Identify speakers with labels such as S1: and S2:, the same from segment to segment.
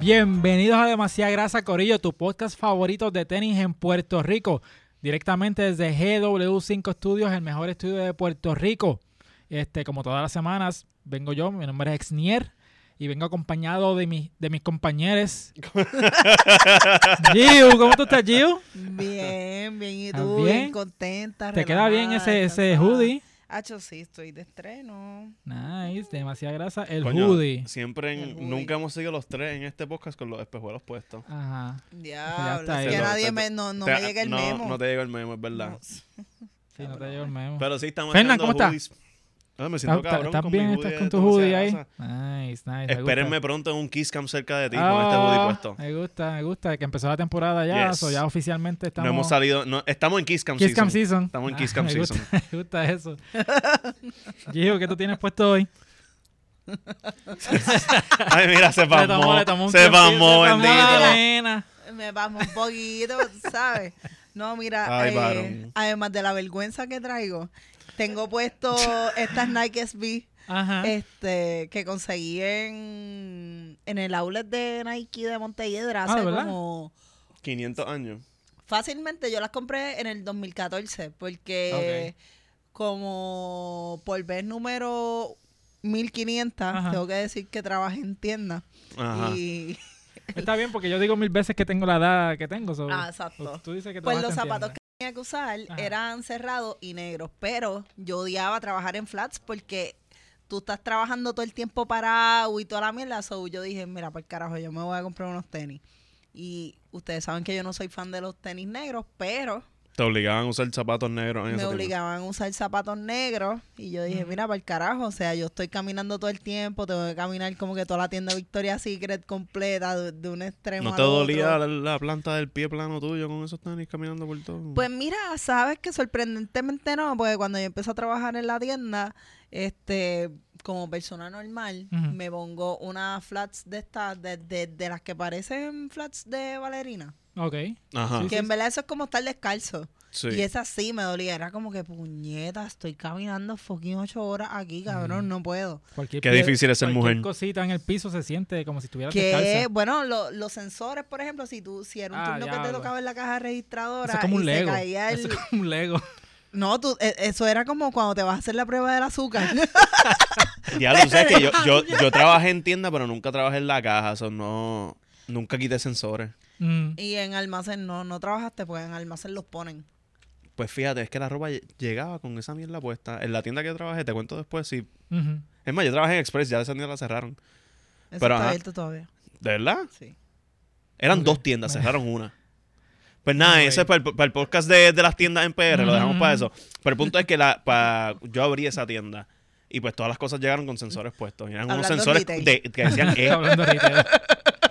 S1: Bienvenidos a Demasiada Grasa Corillo, tu podcast favorito de tenis en Puerto Rico. Directamente desde GW5 Studios, el mejor estudio de Puerto Rico. Este, como todas las semanas, vengo yo, mi nombre es Exnier. Y vengo acompañado de, mi, de mis compañeros. Giu, ¿cómo tú estás, Giu?
S2: Bien, bien, y
S1: ¿Estás
S2: tú, bien,
S1: Ah, bien?
S2: contenta.
S1: ¿Te queda bien
S2: relajada,
S1: ese, ese
S2: descansada.
S1: hoodie?
S2: Ah, yo sí, estoy de estreno.
S1: Nice, demasiada grasa. El
S3: Coño,
S1: hoodie.
S3: Siempre en-
S2: El hoodie.
S3: nunca hemos seguido los tres en este podcast con los espejuelos puestos.
S1: Ajá.
S2: Diablo,
S1: está
S2: es
S1: ahí.
S2: que
S1: Te
S3: lo-
S2: nadie
S3: te-
S2: me, no, no
S3: Te-
S2: me llega el
S3: no,
S2: memo.
S3: No te llega el memo, es verdad.
S2: No,
S1: Sí, no te llevo el memo.
S3: Pero sí estamos
S1: Fernan,
S3: echando
S1: ¿cómo
S3: hoodies. Ah, me siento
S1: ¿Estás
S3: cabrón
S1: estás
S3: con mi
S1: bien?
S3: hoodie
S1: ¿Estás con
S3: de
S1: tu
S3: demasiada
S1: hoodie ahí?
S3: grasa.
S1: Nice, nice. me gusta.
S3: Espérenme pronto en un Kiss Cam cerca de ti con este hoodie
S1: Ah,
S3: puesto.
S1: Me gusta, me gusta. Que empezó la temporada ya.
S3: Yes.
S1: so ya oficialmente estamos.
S3: No hemos salido. No, estamos en Kiss Cam
S1: Kiss
S3: season.
S1: Cam Season. Ah,
S3: Estamos en Kiss Cam
S1: me
S3: Season.
S1: Gusta, me gusta eso. Gio, ¿qué tú tienes puesto hoy?
S3: Ay, mira, se
S1: Le tomó-
S3: pamó.
S1: le tomó un
S3: Se
S1: tiempo-
S3: pamó,
S1: le tomó la
S3: bendito.
S1: nena.
S2: me vamos un poquito, ¿sabes? No, mira,
S3: Ay,
S2: eh,
S3: varón.
S2: además de la vergüenza que traigo, tengo puesto estas Nike SB
S1: Ajá.
S2: este, que conseguí en, en el outlet de Nike de Montelledra
S1: Ah,
S2: hace
S1: ¿de verdad?
S2: como...
S3: 500 años.
S2: Fácilmente yo las compré en el 2014 porque como por vez número 1500
S1: Ajá.
S2: tengo que decir que trabajé en tienda
S3: Ajá.
S2: y
S1: Está bien porque yo digo mil veces que tengo la edad que tengo. so-
S2: Ah, exacto.
S1: Tú dices que
S2: pues
S1: trabajaste
S2: los
S1: en
S2: zapatos
S1: tienda.
S2: que tenía que usar
S1: Ajá.
S2: eran cerrados y negros, pero yo odiaba trabajar en flats porque tú estás trabajando todo el tiempo parado y toda la mierda, so yo dije, mira, por carajo, yo me voy a comprar unos tenis. Y ustedes saben que yo no soy fan de los tenis negros, pero
S3: Te obligaban a usar zapatos negros
S2: me
S3: en ese tiempo.
S2: obligaban a usar zapatos negros y yo dije,
S1: Ujú.
S2: mira, para el carajo, o sea, yo estoy caminando todo el tiempo, tengo que caminar como que toda la tienda Victoria's Secret completa de, de un extremo
S3: ¿No te
S2: al otro.
S3: dolía la, la planta del pie plano tuyo con esos tenis caminando por todo?
S2: Pues mira, sabes que sorprendentemente no, porque cuando yo empecé a trabajar en la tienda, este, como persona normal,
S1: Ujú.
S2: me pongo unas flats de estas, de, de, de las que parecen flats de ballerina,
S1: Ok.
S3: Ajá.
S1: Sí,
S2: que en verdad eso es como estar descalzo.
S3: Sí.
S2: Y esa sí me dolía, era como que puñeta, estoy caminando fucking ocho horas aquí, cabrón,
S1: Mm.
S2: no puedo.
S1: Cualquier
S3: Qué
S1: pie-
S3: difícil es ser
S1: cualquier
S3: mujer.
S1: cosita en el piso se siente como si estuvieras
S2: Que
S1: descalza.
S2: bueno, lo- los sensores, por ejemplo, si tú si era un
S1: Ah,
S2: turno que te
S1: diablo.
S2: tocaba en la caja registradora
S1: Eso es como un
S2: y
S1: Lego.
S2: se caía el
S1: Eso es como un Lego.
S2: No, tú, e- eso era como cuando te vas a hacer la prueba del azúcar.
S3: Diablo, tú sabes que yo, yo, yo trabajé en tienda, pero nunca trabajé en la caja. Eso no. Nunca quité sensores.
S1: Mm.
S2: y en almacén no, no trabajaste porque en almacén los ponen.
S3: Pues fíjate, es que la ropa lle- llegaba con esa mierda puesta. En la tienda que trabajé, te cuento después. Sí.
S1: Ujú.
S3: Es más, yo trabajé en Express, ya esa tienda la cerraron.
S2: Eso
S3: Pero,
S2: está
S3: ajá.
S2: abierto todavía.
S3: ¿De verdad?
S2: Sí.
S3: Eran
S1: Ok.
S3: dos tiendas, cerraron una. Pues nada,
S1: Ok.
S3: eso es para el, para el podcast de, de las tiendas en PR, lo dejamos
S1: Ujú.
S3: para eso. Pero el punto es que la, pa- yo abrí esa tienda y pues todas las cosas llegaron con sensores puestos. Y eran unos
S2: Hablando
S3: sensores
S2: retail.
S3: de- que decían
S1: Está
S3: E,
S1: hablando retail.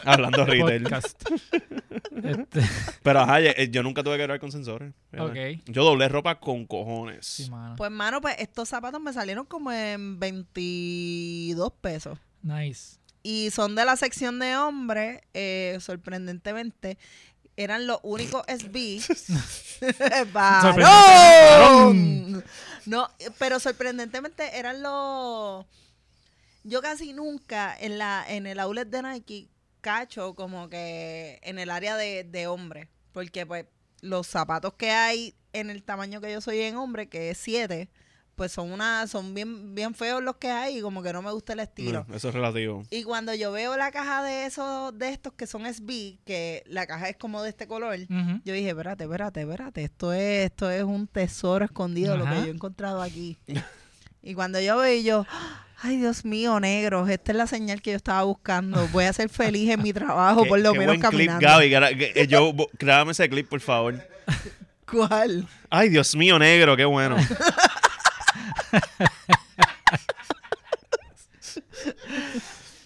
S3: hablando retail.
S1: Podcast. Este,
S3: Pero ajá, ye- eh, yo nunca tuve que grabar con sensores.
S1: Ok.
S3: Yo doblé ropa con cojones. Mm,
S1: sí, mano.
S2: Pues, mano, pues estos zapatos me salieron como en 22 pesos.
S1: Nice.
S2: Y son de la sección de hombres, eh, sorprendentemente. Eran los únicos SB.
S1: Sorprendentemente,
S2: ¡Varón! No, eh, pero sorprendentemente eran los. Yo casi nunca en la en el outlet de Nike cacho como que en el área de, de hombre. Porque, pues, los zapatos que hay en el tamaño que yo soy en hombre, que es 7, pues son una son bien, bien feos los que hay y como que no me gusta el estilo.
S3: No, eso es relativo.
S2: Y cuando yo veo la caja de esos, de estos que son SB, que la caja es como de este color,
S1: Ujú.
S2: yo dije, espérate, espérate, espérate, esto es, esto es un tesoro escondido, lo
S1: Ajá.
S2: que yo he encontrado aquí. y cuando yo veo, yo, ay Dios mío, negros, esta es la señal que yo estaba buscando. Voy a ser feliz en mi trabajo,
S3: Qué-
S2: por lo
S3: qué
S2: menos
S3: buen clip,
S2: caminando.
S3: Gaby. gra- que- eh, Yo, bo- grábame ese clip, por favor.
S2: ¿Cuál?
S3: Ay, Dios mío, negro, qué bueno.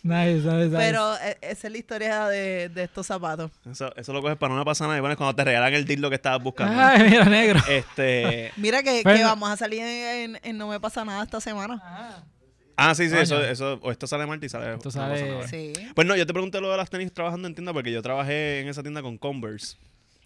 S1: Nice, nice, nice.
S2: Pero eh, esa es la historia de, de estos zapatos.
S3: Eso, eso lo coges para una pasada y pones cuando te regalan el dildo que estabas buscando.
S1: Ay, mira, negro.
S3: Este.
S2: Mira que, que
S1: Pero-
S2: vamos a salir en, en- en No Me Pasa Nada esta semana.
S3: Ah, sí, sí,
S1: Coño.
S3: eso, eso. O esto sale Marta y sale.
S1: Esto
S3: no
S1: sale-
S3: pasa nada.
S2: Sí.
S3: Pues no, yo te pregunté lo de las tenis trabajando en tienda porque yo trabajé en esa tienda con Converse.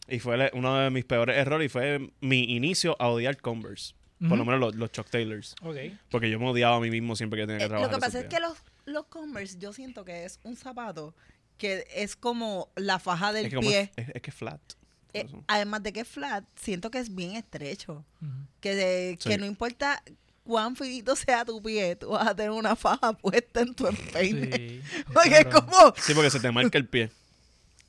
S3: Y fue la- uno de mis peores errores y fue mi inicio a odiar Converse. Por lo
S1: Ujú.
S3: menos los, los Chuck Taylors.
S1: Ok.
S3: Porque yo me odiaba a mí mismo siempre que tenía que
S2: Eh,
S3: trabajar.
S2: lo que
S3: esos
S2: pasa es
S3: días.
S2: que los, los Converse, yo siento que es un zapato que es como la faja del
S3: es que como
S2: pie.
S3: es, es- es que es flat. por
S2: Eh,
S3: eso.
S2: además de que es flat, siento que es bien estrecho.
S1: Ujú.
S2: Que, de-
S3: Sí.
S2: que no importa cuán finito sea tu pie, tú vas a tener una faja puesta en tu empeine.
S1: Sí,
S2: Porque es
S1: cabrón.
S2: como,
S3: Sí, porque se te marca el pie.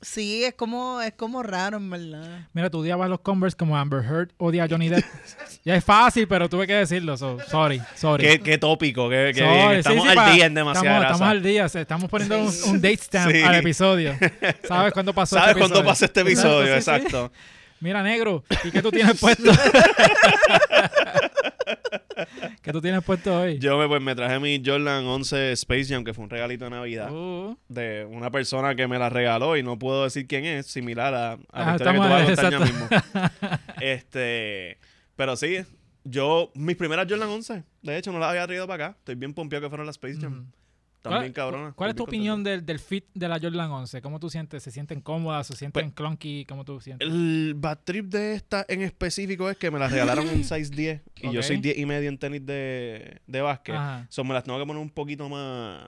S2: sí, es como, es como raro, en verdad.
S1: Mira, tú odiabas los Converse como Amber Heard odia a Johnny Depp. ya es fácil, pero tuve que decirlo. so, sorry, sorry.
S3: Qué, qué tópico, qué, qué
S1: Sorry,
S3: bien.
S1: sí,
S3: Estamos
S1: sí,
S3: al
S1: pa-
S3: día en demasiada
S1: estamos, estamos
S3: grasa.
S1: al día, se- estamos poniendo un, un date stamp
S3: Sí.
S1: al episodio. ¿Sabes cuándo pasó
S3: ¿Sabes
S1: este episodio?
S3: cuándo pasa este episodio?
S1: sí, sí.
S3: Exacto.
S1: Mira, negro, ¿y qué tú tienes puesto? ¿Qué tú tienes puesto hoy?
S3: Yo me, pues, me traje mi Jordan 11 Space Jam, que fue un regalito de Navidad.
S1: Uh,
S3: de una persona que me la regaló y no puedo decir quién es, similar a, a
S1: Ah,
S3: la historia que tú
S1: estamos-
S3: vas a contar ya
S1: exacto.
S3: mismo. Este, pero sí, yo, mis primeras Jordan 11, de hecho, no las había traído para acá. Estoy bien pompeado que fueron las Space Jam.
S1: mm.
S3: También
S1: ¿Cuál,
S3: cabrona.
S1: ¿Cuál es tu
S3: estoy bien
S1: opinión del, del fit de la Jordan 11? ¿Cómo tú sientes? ¿Se sienten cómodas? ¿Se sienten
S3: Pues,
S1: clunky? ¿Cómo tú sientes?
S3: El bad trip de esta en específico es que me las regalaron en 6'10 y yo
S1: Ok.
S3: soy 10 y medio en tenis de, de básquet.
S1: Ajá.
S3: So, me las tengo que poner un poquito más,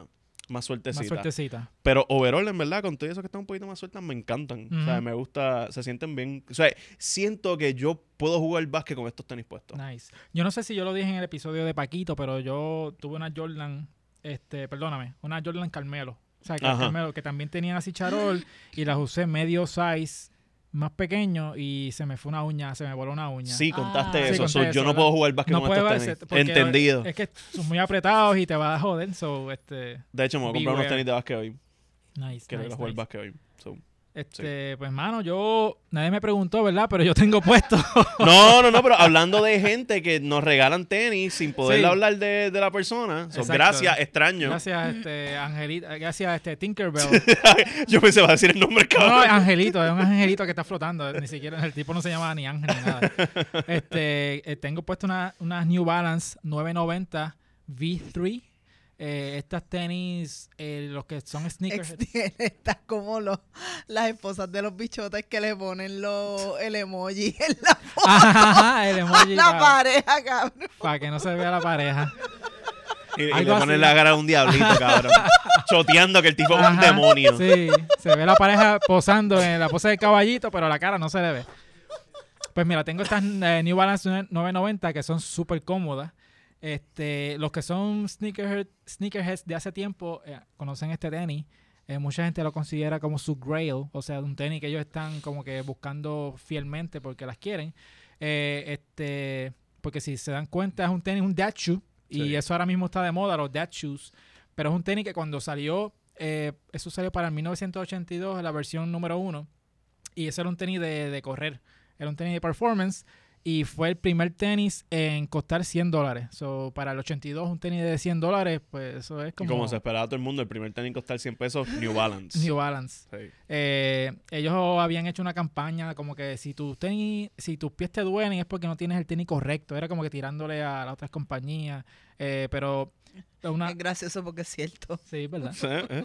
S3: más sueltecita.
S1: Más suertecita.
S3: Pero overall, en verdad, con todo eso que están un poquito más sueltas, me encantan. O sea,
S1: Ujú.
S3: me gusta, se sienten bien. O sea, siento que yo puedo jugar básquet con estos tenis puestos.
S1: Nice. Yo no sé si yo lo dije en el episodio de Paquito, pero yo tuve una Jordan, este, perdóname, una Jordan Carmelo. O sea, que,
S3: Ajá.
S1: Carmelo, que también tenían así charol y las usé medio size, más pequeño, y se me fue una uña, se me voló una uña.
S3: Sí, contaste
S2: Ah.
S3: eso.
S1: Sí, conté
S3: So,
S1: eso,
S3: yo no
S1: ¿verdad?
S3: puedo jugar básquet
S1: No
S3: con
S1: puede
S3: estos
S1: verse,
S3: tenis.
S1: porque
S3: Entendido.
S1: Es que son muy apretados y te vas a joder, so, este,
S3: De hecho, me voy a comprar
S1: Beware.
S3: unos tenis de básquet hoy.
S1: nice,
S3: Que no voy a
S1: nice,
S3: jugar
S1: nice.
S3: básquet hoy. So.
S1: Este, pues, mano, yo, nadie me preguntó, ¿verdad? Pero yo tengo puesto.
S3: No, no, no, pero hablando de gente que nos regalan tenis sin poder
S1: Sí.
S3: hablar de, de la persona. So,
S1: Exacto.
S3: gracias, extraño.
S1: Gracias, este, Angelita, gracias, este, Tinkerbell.
S3: Yo pensé, va a decir el nombre,
S1: No,
S3: cabrón.
S1: no, es Angelito, es un angelito que está flotando. Ni siquiera el tipo no se llamaba ni Ángel ni nada. Este, eh, tengo puesto una- unas New Balance 990 V3. Eh, estas tenis, eh, los que son sneakers.
S2: Ex- Estás como los, las esposas de los bichotes que le ponen los, el emoji en la,
S1: Ajá, el
S2: a
S1: emoji.
S2: la
S1: Para
S2: pareja, cabrón.
S1: que no se vea la pareja.
S3: Y, y le
S1: Algo
S3: ponen
S1: así.
S3: la cara a un diablito, cabrón. Choteando que el tipo es un
S1: Ajá,
S3: demonio.
S1: Sí, se ve la pareja posando en la pose de caballito, pero la cara no se le ve. Pues mira, tengo estas eh, New Balance 990 que son súper cómodas. Este, los que son sneakerhead, sneakerheads de hace tiempo eh, conocen este tenis. Eh, mucha gente lo considera como su grail, o sea, un tenis que ellos están como que buscando fielmente porque las quieren. Eh, este, porque si se dan cuenta, es un tenis, un dad shoe, y
S3: Sí.
S1: eso ahora mismo está de moda, los dad shoes. Pero es un tenis que cuando salió, eh, eso salió para el 1982, la versión número uno, y ese era un tenis de, de correr, era un tenis de performance, y fue el primer tenis en costar 100 dólares. So, para el 82, un tenis de 100 dólares, pues eso es
S3: Y
S1: como,
S3: como se esperaba todo el mundo, el primer tenis costar 100 pesos, New Balance.
S1: New Balance.
S3: Sí.
S1: Eh, ellos habían hecho una campaña como que si tus tenis, si tus pies te duelen es porque no tienes el tenis correcto. Era como que tirándole a las otras compañías. Eh, pero una,
S2: Es gracioso porque es cierto.
S1: sí, ¿verdad?
S3: Sí, eh.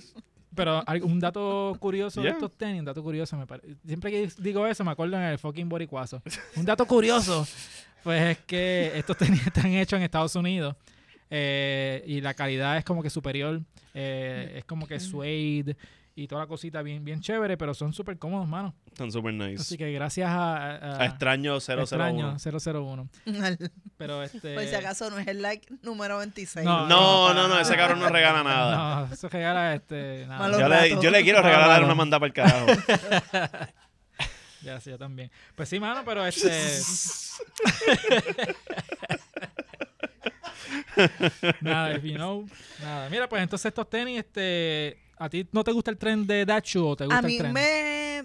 S1: Pero hay un dato curioso
S3: Yeah.
S1: de estos tenis, un dato curioso me parece. Siempre que digo eso me acuerdo en el fucking boricuazo. Un dato curioso, pues es que estos tenis están hechos en Estados Unidos eh, y la calidad es como que superior. eh, es como que suede y toda la cosita bien, bien chévere, pero son súper cómodos, mano.
S3: Están super nice.
S1: Así que gracias a, a,
S3: a extraño 001.
S1: extraño 001.
S2: Por
S1: Pero este...
S2: si acaso no es el like número 26.
S1: No,
S3: No,
S1: para
S3: no, no, ese
S1: nada.
S3: cabrón no regala nada.
S1: No, eso regala este... nada.
S2: Malo
S3: Yo le,
S2: ratos.
S3: yo le quiero
S1: Malos
S3: regalar
S1: ratos.
S3: una manda para el carajo.
S1: Ya, sí, yo también. Pues sí, mano, pero este... nada, if you know, nada. Mira, pues entonces estos tenis, este, ¿a ti no te gusta el tren de Dachu o te gusta
S2: A mí
S1: el tren?
S2: me...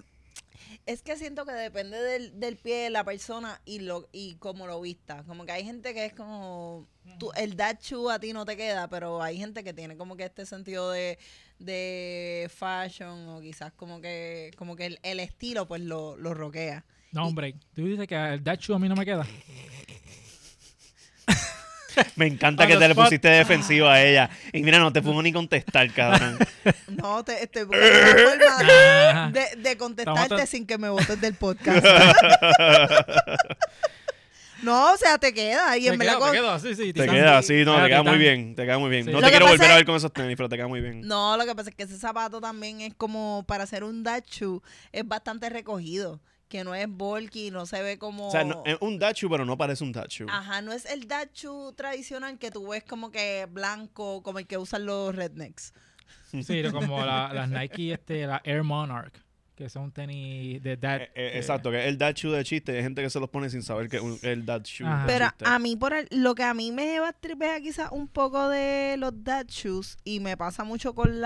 S2: Es que siento que depende del, del pie de la persona y lo y cómo lo vista. Como que hay gente que es como... tú- el dachu a ti no te queda, pero hay gente que tiene como que este sentido de, de fashion o quizás como que como que el, el estilo pues lo, lo roquea.
S1: No, hombre, tú dices que el Dachu a mí no me queda.
S3: Me encanta
S1: On
S3: que
S1: the
S3: te le
S1: spot.
S3: pusiste defensivo a ella. Y mira, no te pudo ni contestar, cabrón.
S2: No, te, estoy buscando una forma de-
S1: Ajá.
S2: de, de contestarte
S1: Estamos tra-
S2: sin que me votes del podcast. No, o sea, te queda. Y
S1: Te
S2: en verdad,
S1: queda,
S2: con-
S1: te queda, sí, sí,
S3: Te
S1: titán.
S3: queda así, no,
S1: Era
S3: te queda
S1: titán.
S3: muy bien, te queda muy bien.
S1: Sí.
S2: Lo
S3: No te
S2: que
S3: quiero
S2: pasa
S3: volver a
S2: es-
S3: ver con esos tenis, pero te queda muy bien.
S2: No, lo que pasa es que ese zapato también es como para hacer un dachu, es bastante recogido, que no es bulky, no se ve como...
S3: O sea, no- eh, es un dachu, pero no parece un dachu.
S1: Ah.
S2: Ajá, no es el dachu tradicional que tú ves como que blanco, como el que usan los rednecks.
S1: Sí, lo- como la- las Nike, este, la Air Monarch, que son tenis de dad.
S3: Eh, eh,
S1: que-
S3: exacto, que es el dachu de chiste. Hay gente que se los pone sin saber que es un- el dachu
S1: Ajá.
S3: de
S2: Pero
S3: chiste.
S2: a mí, por el- lo que a mí me va a tripear quizás un poco de los dachus y me pasa mucho con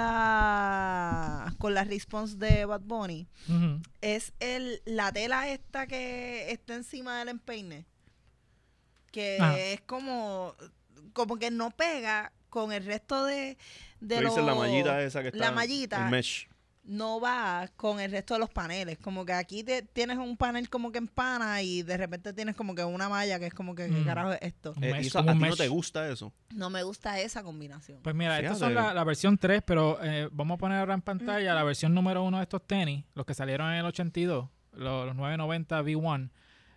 S2: la, con la response de Bad Bunny,
S1: Eh, Ujú.
S2: es el, la tela esta que está encima del empeine. Que
S1: Ajá.
S2: es como, como que no pega con el resto de, de
S3: Tú dices la
S2: los-
S3: mallita eh. esa que está.
S2: la mallita.
S3: El mesh.
S2: no va con el resto de los paneles. Como que aquí te- tienes un panel como que en pana y de repente tienes como que una malla que es como que, ¿qué
S1: Mm.
S2: carajo es esto?
S1: Un
S3: Eh,
S1: mesh,
S3: y eso-
S1: como
S3: ¿A
S1: un
S3: ti no
S1: mesh.
S3: te gusta eso?
S2: No me gusta esa combinación.
S1: Pues mira, estas
S3: Fíjate.
S1: son la, la versión 3, pero eh, vamos a poner ahora en pantalla la versión número 1 de estos tenis, los que salieron en el 82, lo- los 990 V1,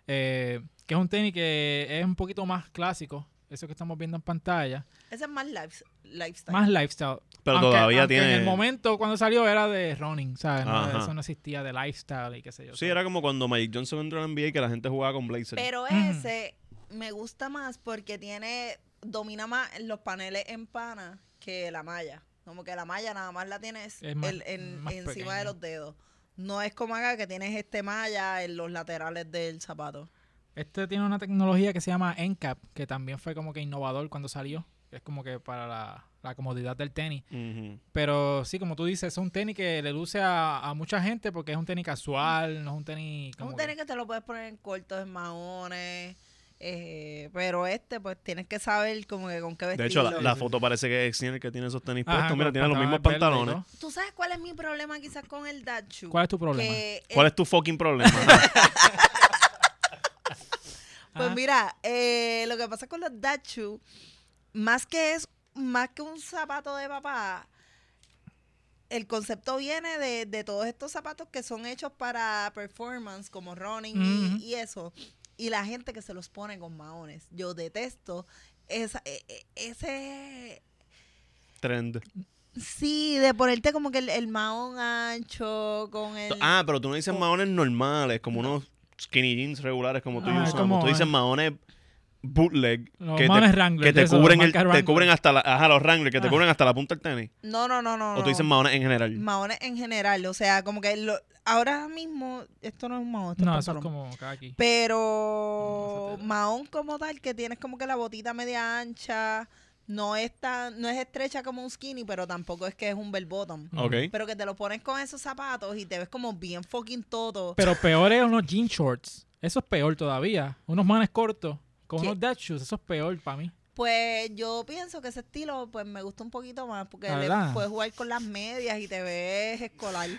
S1: eh, que es un tenis que es un poquito más clásico, eso que estamos viendo en pantalla,
S2: Ese es más life- lifestyle.
S1: más lifestyle.
S3: Pero
S1: Aunque-
S3: todavía
S1: aunque
S3: tiene.
S1: En el momento cuando salió era de running, ¿sabes? No,
S3: Ajá.
S1: eso no existía de lifestyle y qué sé yo.
S3: Sí,
S1: ¿sabes?
S3: era como cuando Magic Johnson entró en la NBA y que la gente jugaba con Blazer.
S2: Pero
S1: Ujú.
S2: ese me gusta más porque tiene, domina más los paneles en pana que la malla. Como que la malla nada más la tienes
S1: Es más-
S2: el- en-
S1: más
S2: encima
S1: pequeña.
S2: de los dedos. No es como acá que tienes este malla en los laterales del zapato.
S1: Este tiene una tecnología que se llama NCAP, que también fue como que innovador cuando salió. Es como que para la, la comodidad del tenis.
S3: Ujú.
S1: Pero sí, como tú dices, es un tenis que le luce a, a mucha gente porque es un tenis casual, no es un tenis...
S2: Es
S1: Como
S2: un tenis que te lo puedes poner en cortos, en maones. eh, pero este, pues tienes que saber como que con qué
S3: De
S2: vestirlo.
S3: hecho, la,
S1: Sí,
S3: la
S1: sí.
S3: foto parece que es Xenier que tiene esos tenis
S1: Ajá,
S3: puestos. Mira,
S1: con
S3: tiene los mismos
S1: verdes y
S3: pantalones.
S1: todo.
S2: ¿Tú sabes cuál es mi problema quizás con el Dachu?
S1: ¿Cuál es tu problema?
S2: Que
S3: ¿Cuál
S2: el-
S3: es tu fucking problema?
S2: Pues
S1: Ajá.
S2: mira, eh, lo que pasa con los Dachu, más que es, más que un zapato de papá, el concepto viene de, de todos estos zapatos que son hechos para performance, como running y-
S3: Mm.
S1: Ujú.
S2: y, eso, y la gente que se los pone con maones. Yo detesto esa, e- e- ese
S3: Trend.
S2: sí de ponerte como que el, el maón ancho con el
S3: Ah, pero tú no dices maones normales, como unos skinny jeans regulares como tú y yo
S1: Ah,
S3: usamos.
S1: como-
S3: tú dices maones bootleg
S1: Los
S3: que,
S1: maones
S3: te,
S1: Wrangler,
S3: que
S1: de
S3: te
S1: esos,
S3: cubren
S1: la
S3: el,
S1: marca
S3: te
S1: Wrangler.
S3: cubren hasta la, ajá, los Wrangler, que
S1: Ah.
S3: te
S1: Oh. Mm.
S3: cubren hasta la punta del tenis.
S2: no no no no
S3: O tú
S2: no.
S3: dices maones en general.
S2: maones en general, o sea, como que lo- ahora mismo, esto no es un maón, esto
S1: No,
S2: es
S1: eso es
S2: pantalón.
S1: como aquí.
S2: Pero
S1: No, eso te da.
S2: maón como tal, que tienes como que la botita media ancha, no es tan, no es estrecha como un skinny, pero tampoco es que es un bell bottom.
S3: ok.
S1: Este,
S2: Pero que te lo pones con esos zapatos y te ves como bien fucking todo.
S1: Pero peor es unos jean shorts. Eso es peor todavía. Unos manes cortos con
S2: ¿Qué?
S1: unos dad shoes. Eso es peor para mí.
S2: Pues yo pienso que ese estilo pues me gusta un poquito más porque
S1: La
S2: le
S1: verdad.
S2: puedes jugar con las medias y te ves escolar.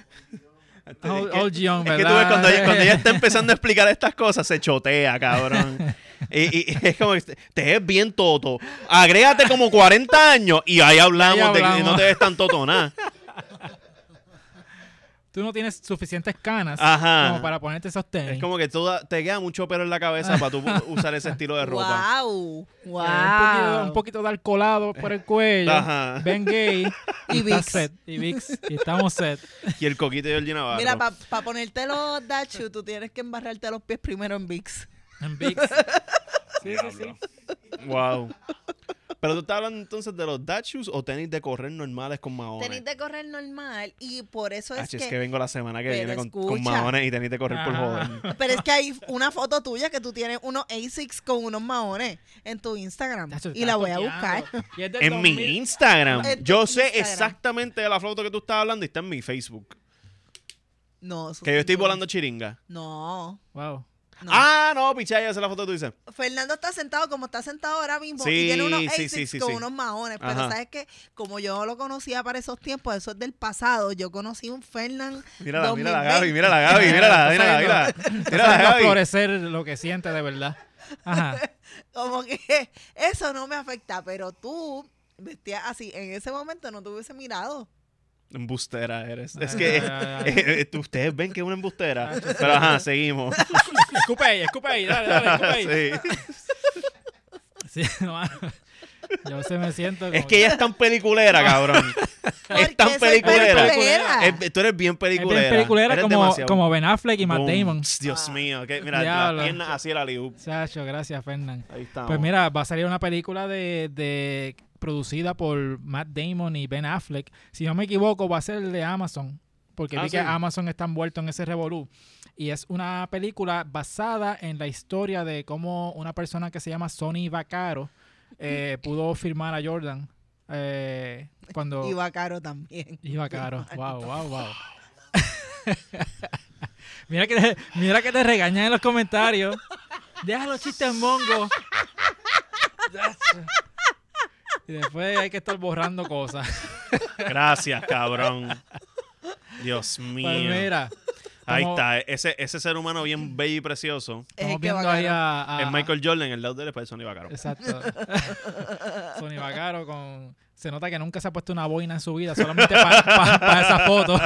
S1: All,
S3: Es que-
S1: all Gion,
S3: Es que tú
S1: ¿verdad?
S3: ves, cuando ella, cuando ella está empezando a explicar estas cosas, se chotea, cabrón. Y, y es como que te- te ves bien toto. Agrégate como 40 años y ahí hablamos,
S1: Ahí
S3: de que
S1: hablamos.
S3: no te ves tan toto nada.
S1: Tú no tienes suficientes canas
S3: Ajá.
S1: como para ponerte esos tenis.
S3: Es como que tú da- te queda mucho pelo en la cabeza para tú usar ese estilo de ropa.
S2: Wow, wow.
S1: Eh, un, poquito, un poquito de alcoholado por el cuello.
S3: Ajá.
S1: Ben Gay.
S2: Y
S1: está
S2: Vicks.
S1: set. Y Vicks. Y estamos set.
S3: Y el coquito y el Navarro.
S2: Mira, para ponerte los dachos, tú tienes que embarrarte los pies primero en VIX.
S1: En Vicks. Sí, sí, sí.
S3: Diablo. Wow. Pero tú estás hablando entonces de los dachus o tenis de correr normales con maones.
S2: Tenéis de correr normal y por eso
S3: Ah,
S2: es
S3: che,
S2: que...
S3: vengo la semana que
S2: Pero
S3: viene con, con
S2: escucha.
S3: maones y tenis de correr por
S1: Ajá.
S3: joder.
S2: Pero es que hay una foto tuya que tú tienes unos ASICs con unos maones en tu Instagram.
S1: Tacho,
S2: y la
S1: estás
S2: voy a
S1: toqueando.
S2: buscar.
S1: Y es del
S3: En mi
S1: 2000.
S3: Instagram.
S2: En tu
S3: Yo sé
S2: Este Instagram.
S3: exactamente de la foto que tú estás hablando y está en mi Facebook.
S2: No, eso
S3: Que yo
S2: sí
S3: estoy
S2: no.
S3: volando chiringa.
S2: No,
S1: Wow.
S2: no.
S3: Ah, no, pichaya, esa es la foto que tú dices.
S2: Fernando está sentado como está sentado ahora mismo
S3: Sí,
S2: y tiene unos ASICs
S3: sí, sí, sí,
S2: con
S3: sí.
S2: unos maones. Pero
S3: Ajá.
S2: sabes que como yo lo conocía para esos tiempos, eso es del pasado. Yo conocí un Fernand
S3: Mírala, mira la
S2: 2020.
S3: Gaby, mira la Gaby, mira la Gaby, mira la
S1: Mira, a
S3: Gaby.
S1: florecer lo que siente de verdad. Ajá.
S2: como que eso no me afecta, pero tú vestías así. En ese momento no te hubiese mirado.
S3: Embustera eres. Es
S1: Ay,
S3: que
S1: ay, ay,
S3: eh, eh, ustedes ven que es una embustera.
S1: Ah,
S3: Pero ajá, seguimos.
S1: Escupe ahí, escupe ahí, dale, dale, escupe ahí.
S3: Sí.
S1: Sí, no, yo se me siento como
S3: Es que ella es tan peliculera, cabrón. Es tan
S2: Porque soy
S3: peliculera.
S2: peliculera.
S3: Es- tú
S1: Es
S3: eres bien
S1: bien
S3: peliculera.
S1: peliculera
S3: Eres
S1: como,
S3: demasiado-
S1: como Ben Affleck y Matt
S3: Boom.
S1: Damon.
S2: Ah.
S3: Dios mío. que- mira,
S1: Diablo.
S3: las piernas así era Liu.
S1: Chacho, gracias, Fernán.
S3: Ahí estamos.
S1: Pues mira, va a salir una película de, de- producida por Matt Damon y Ben Affleck. Si no me equivoco, va a ser de Amazon, porque
S3: Ah,
S1: vi
S3: sí.
S1: que Amazon está envuelto en ese revolú. Y es una película basada en la historia de cómo una persona que se llama Sonny Vaccaro eh, pudo firmar a Jordan eh, cuando
S2: Y va caro también.
S1: iba caro. Wow, wow, wow. mira, que te, mira que te regañan en los comentarios. Deja los chistes mongos. Y después hay que estar borrando cosas.
S3: Gracias, cabrón. Dios mío.
S1: Pues mira,
S3: Ahí
S1: como-
S3: está. Ese, ese ser humano bien bello y precioso
S2: Es
S1: estamos
S2: que
S1: viendo ahí
S2: Vaccaro.
S1: a, a-
S3: es Michael Jordan, el lado del Espesón y Bacaro.
S1: Exacto. Sony Vaccaro con... Se nota que nunca se ha puesto una boina en su vida, solamente para esa foto.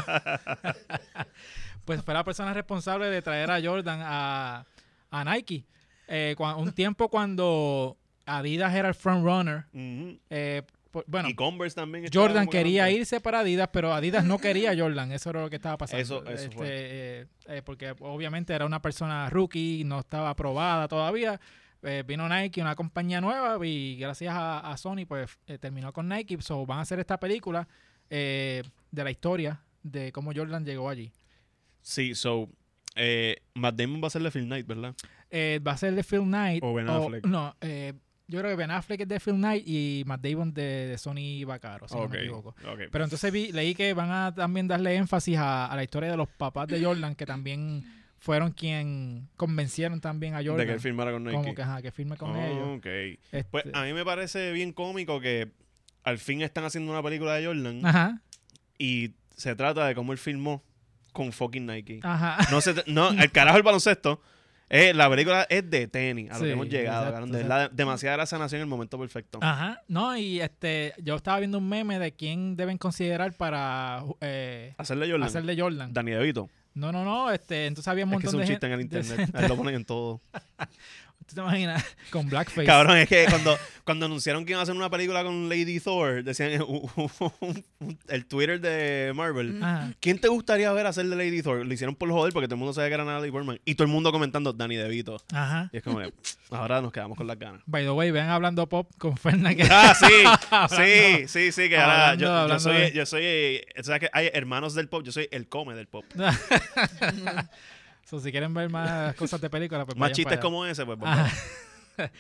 S1: pues fue la persona responsable de traer a Jordan a, a Nike. Eh, cua- un tiempo cuando Adidas era el frontrunner.
S3: Ujú.
S1: eh, por- bueno,
S3: y Converse también. está
S1: Jordan
S3: como que
S1: quería
S3: no-
S1: irse para Adidas, pero Adidas no quería a Jordan. Eso era lo que estaba pasando.
S3: Eso- eso
S1: Este,
S3: fue.
S1: eh, eh, porque obviamente era una persona rookie, no estaba aprobada todavía. Eh, vino Nike, una compañía nueva, y gracias a, a Sony, pues eh, terminó con Nike. So, van a hacer esta película eh, de la historia de cómo Jordan llegó allí.
S3: Sí, so. Eh, Matt Damon va a ser de Phil Knight, ¿verdad?
S1: Eh, va a ser de Phil Knight.
S3: O Ben Affleck.
S1: no, eh, yo creo que Ben Affleck es de Phil Knight y Matt Damon de, de Sony Vaccaro, si no me equivoco.
S3: ok.
S1: Pero entonces vi, leí que van a también darle énfasis a, a la historia de los papás de Jordan, que también fueron quien convencieron también a
S3: de
S1: Jordan.
S3: que él firmara con Nike.
S1: como que, ajá, que firme con
S3: Ah,
S1: ellos.
S3: ok.
S1: Este,
S3: Pues a mí me parece bien cómico que al fin están haciendo una película de Jordan
S1: ajá,
S3: y se trata de cómo él filmó con fucking Nike.
S1: ajá.
S3: No, se tra- no, el carajo el baloncesto. Eh, la película es de tenis, a lo
S1: Sí,
S3: que hemos llegado.
S1: exacto, Ah.
S3: cabrón. De verdad, demasiada grasa nació en el momento perfecto.
S1: Ajá, no, y este, yo estaba viendo un meme de quién deben considerar para eh,
S3: Hacerle Jordan.
S1: hacerle Jordan.
S3: Danny DeVito.
S1: No, no, no, este, entonces había un
S3: Es que es
S1: montón
S3: un
S1: de
S3: chiste en
S1: gente-
S3: el
S1: de-
S3: internet. Ahí lo ponen en todo.
S1: ¿Tú te imaginas? Con blackface.
S3: Cabrón, es que cuando, cuando anunciaron que iban a hacer una película con Lady Thor, decían eh, u- u- un- un- el Twitter de Marvel.
S1: Ajá.
S3: ¿Quién te gustaría ver hacer de Lady Thor? Lo hicieron por joder porque todo el mundo sabía que era Natalie Portman. Y todo el mundo comentando Danny DeVito.
S1: Ajá.
S3: Y es como, que, ahora nos quedamos con las ganas.
S1: By the way, vean hablando pop con Fernan que
S3: Ah, sí, sí, sí, sí, que ahora
S1: Hablando,
S3: yo, yo
S1: hablando de-
S3: soy, yo soy, eh, o sea, que hay hermanos del pop, yo soy el come del pop.
S1: So, si quieren ver más cosas de película, pues Ah,
S3: Más
S1: vayan
S3: chistes
S1: para allá.
S3: como ese, pues,
S1: Ajá.
S3: papá.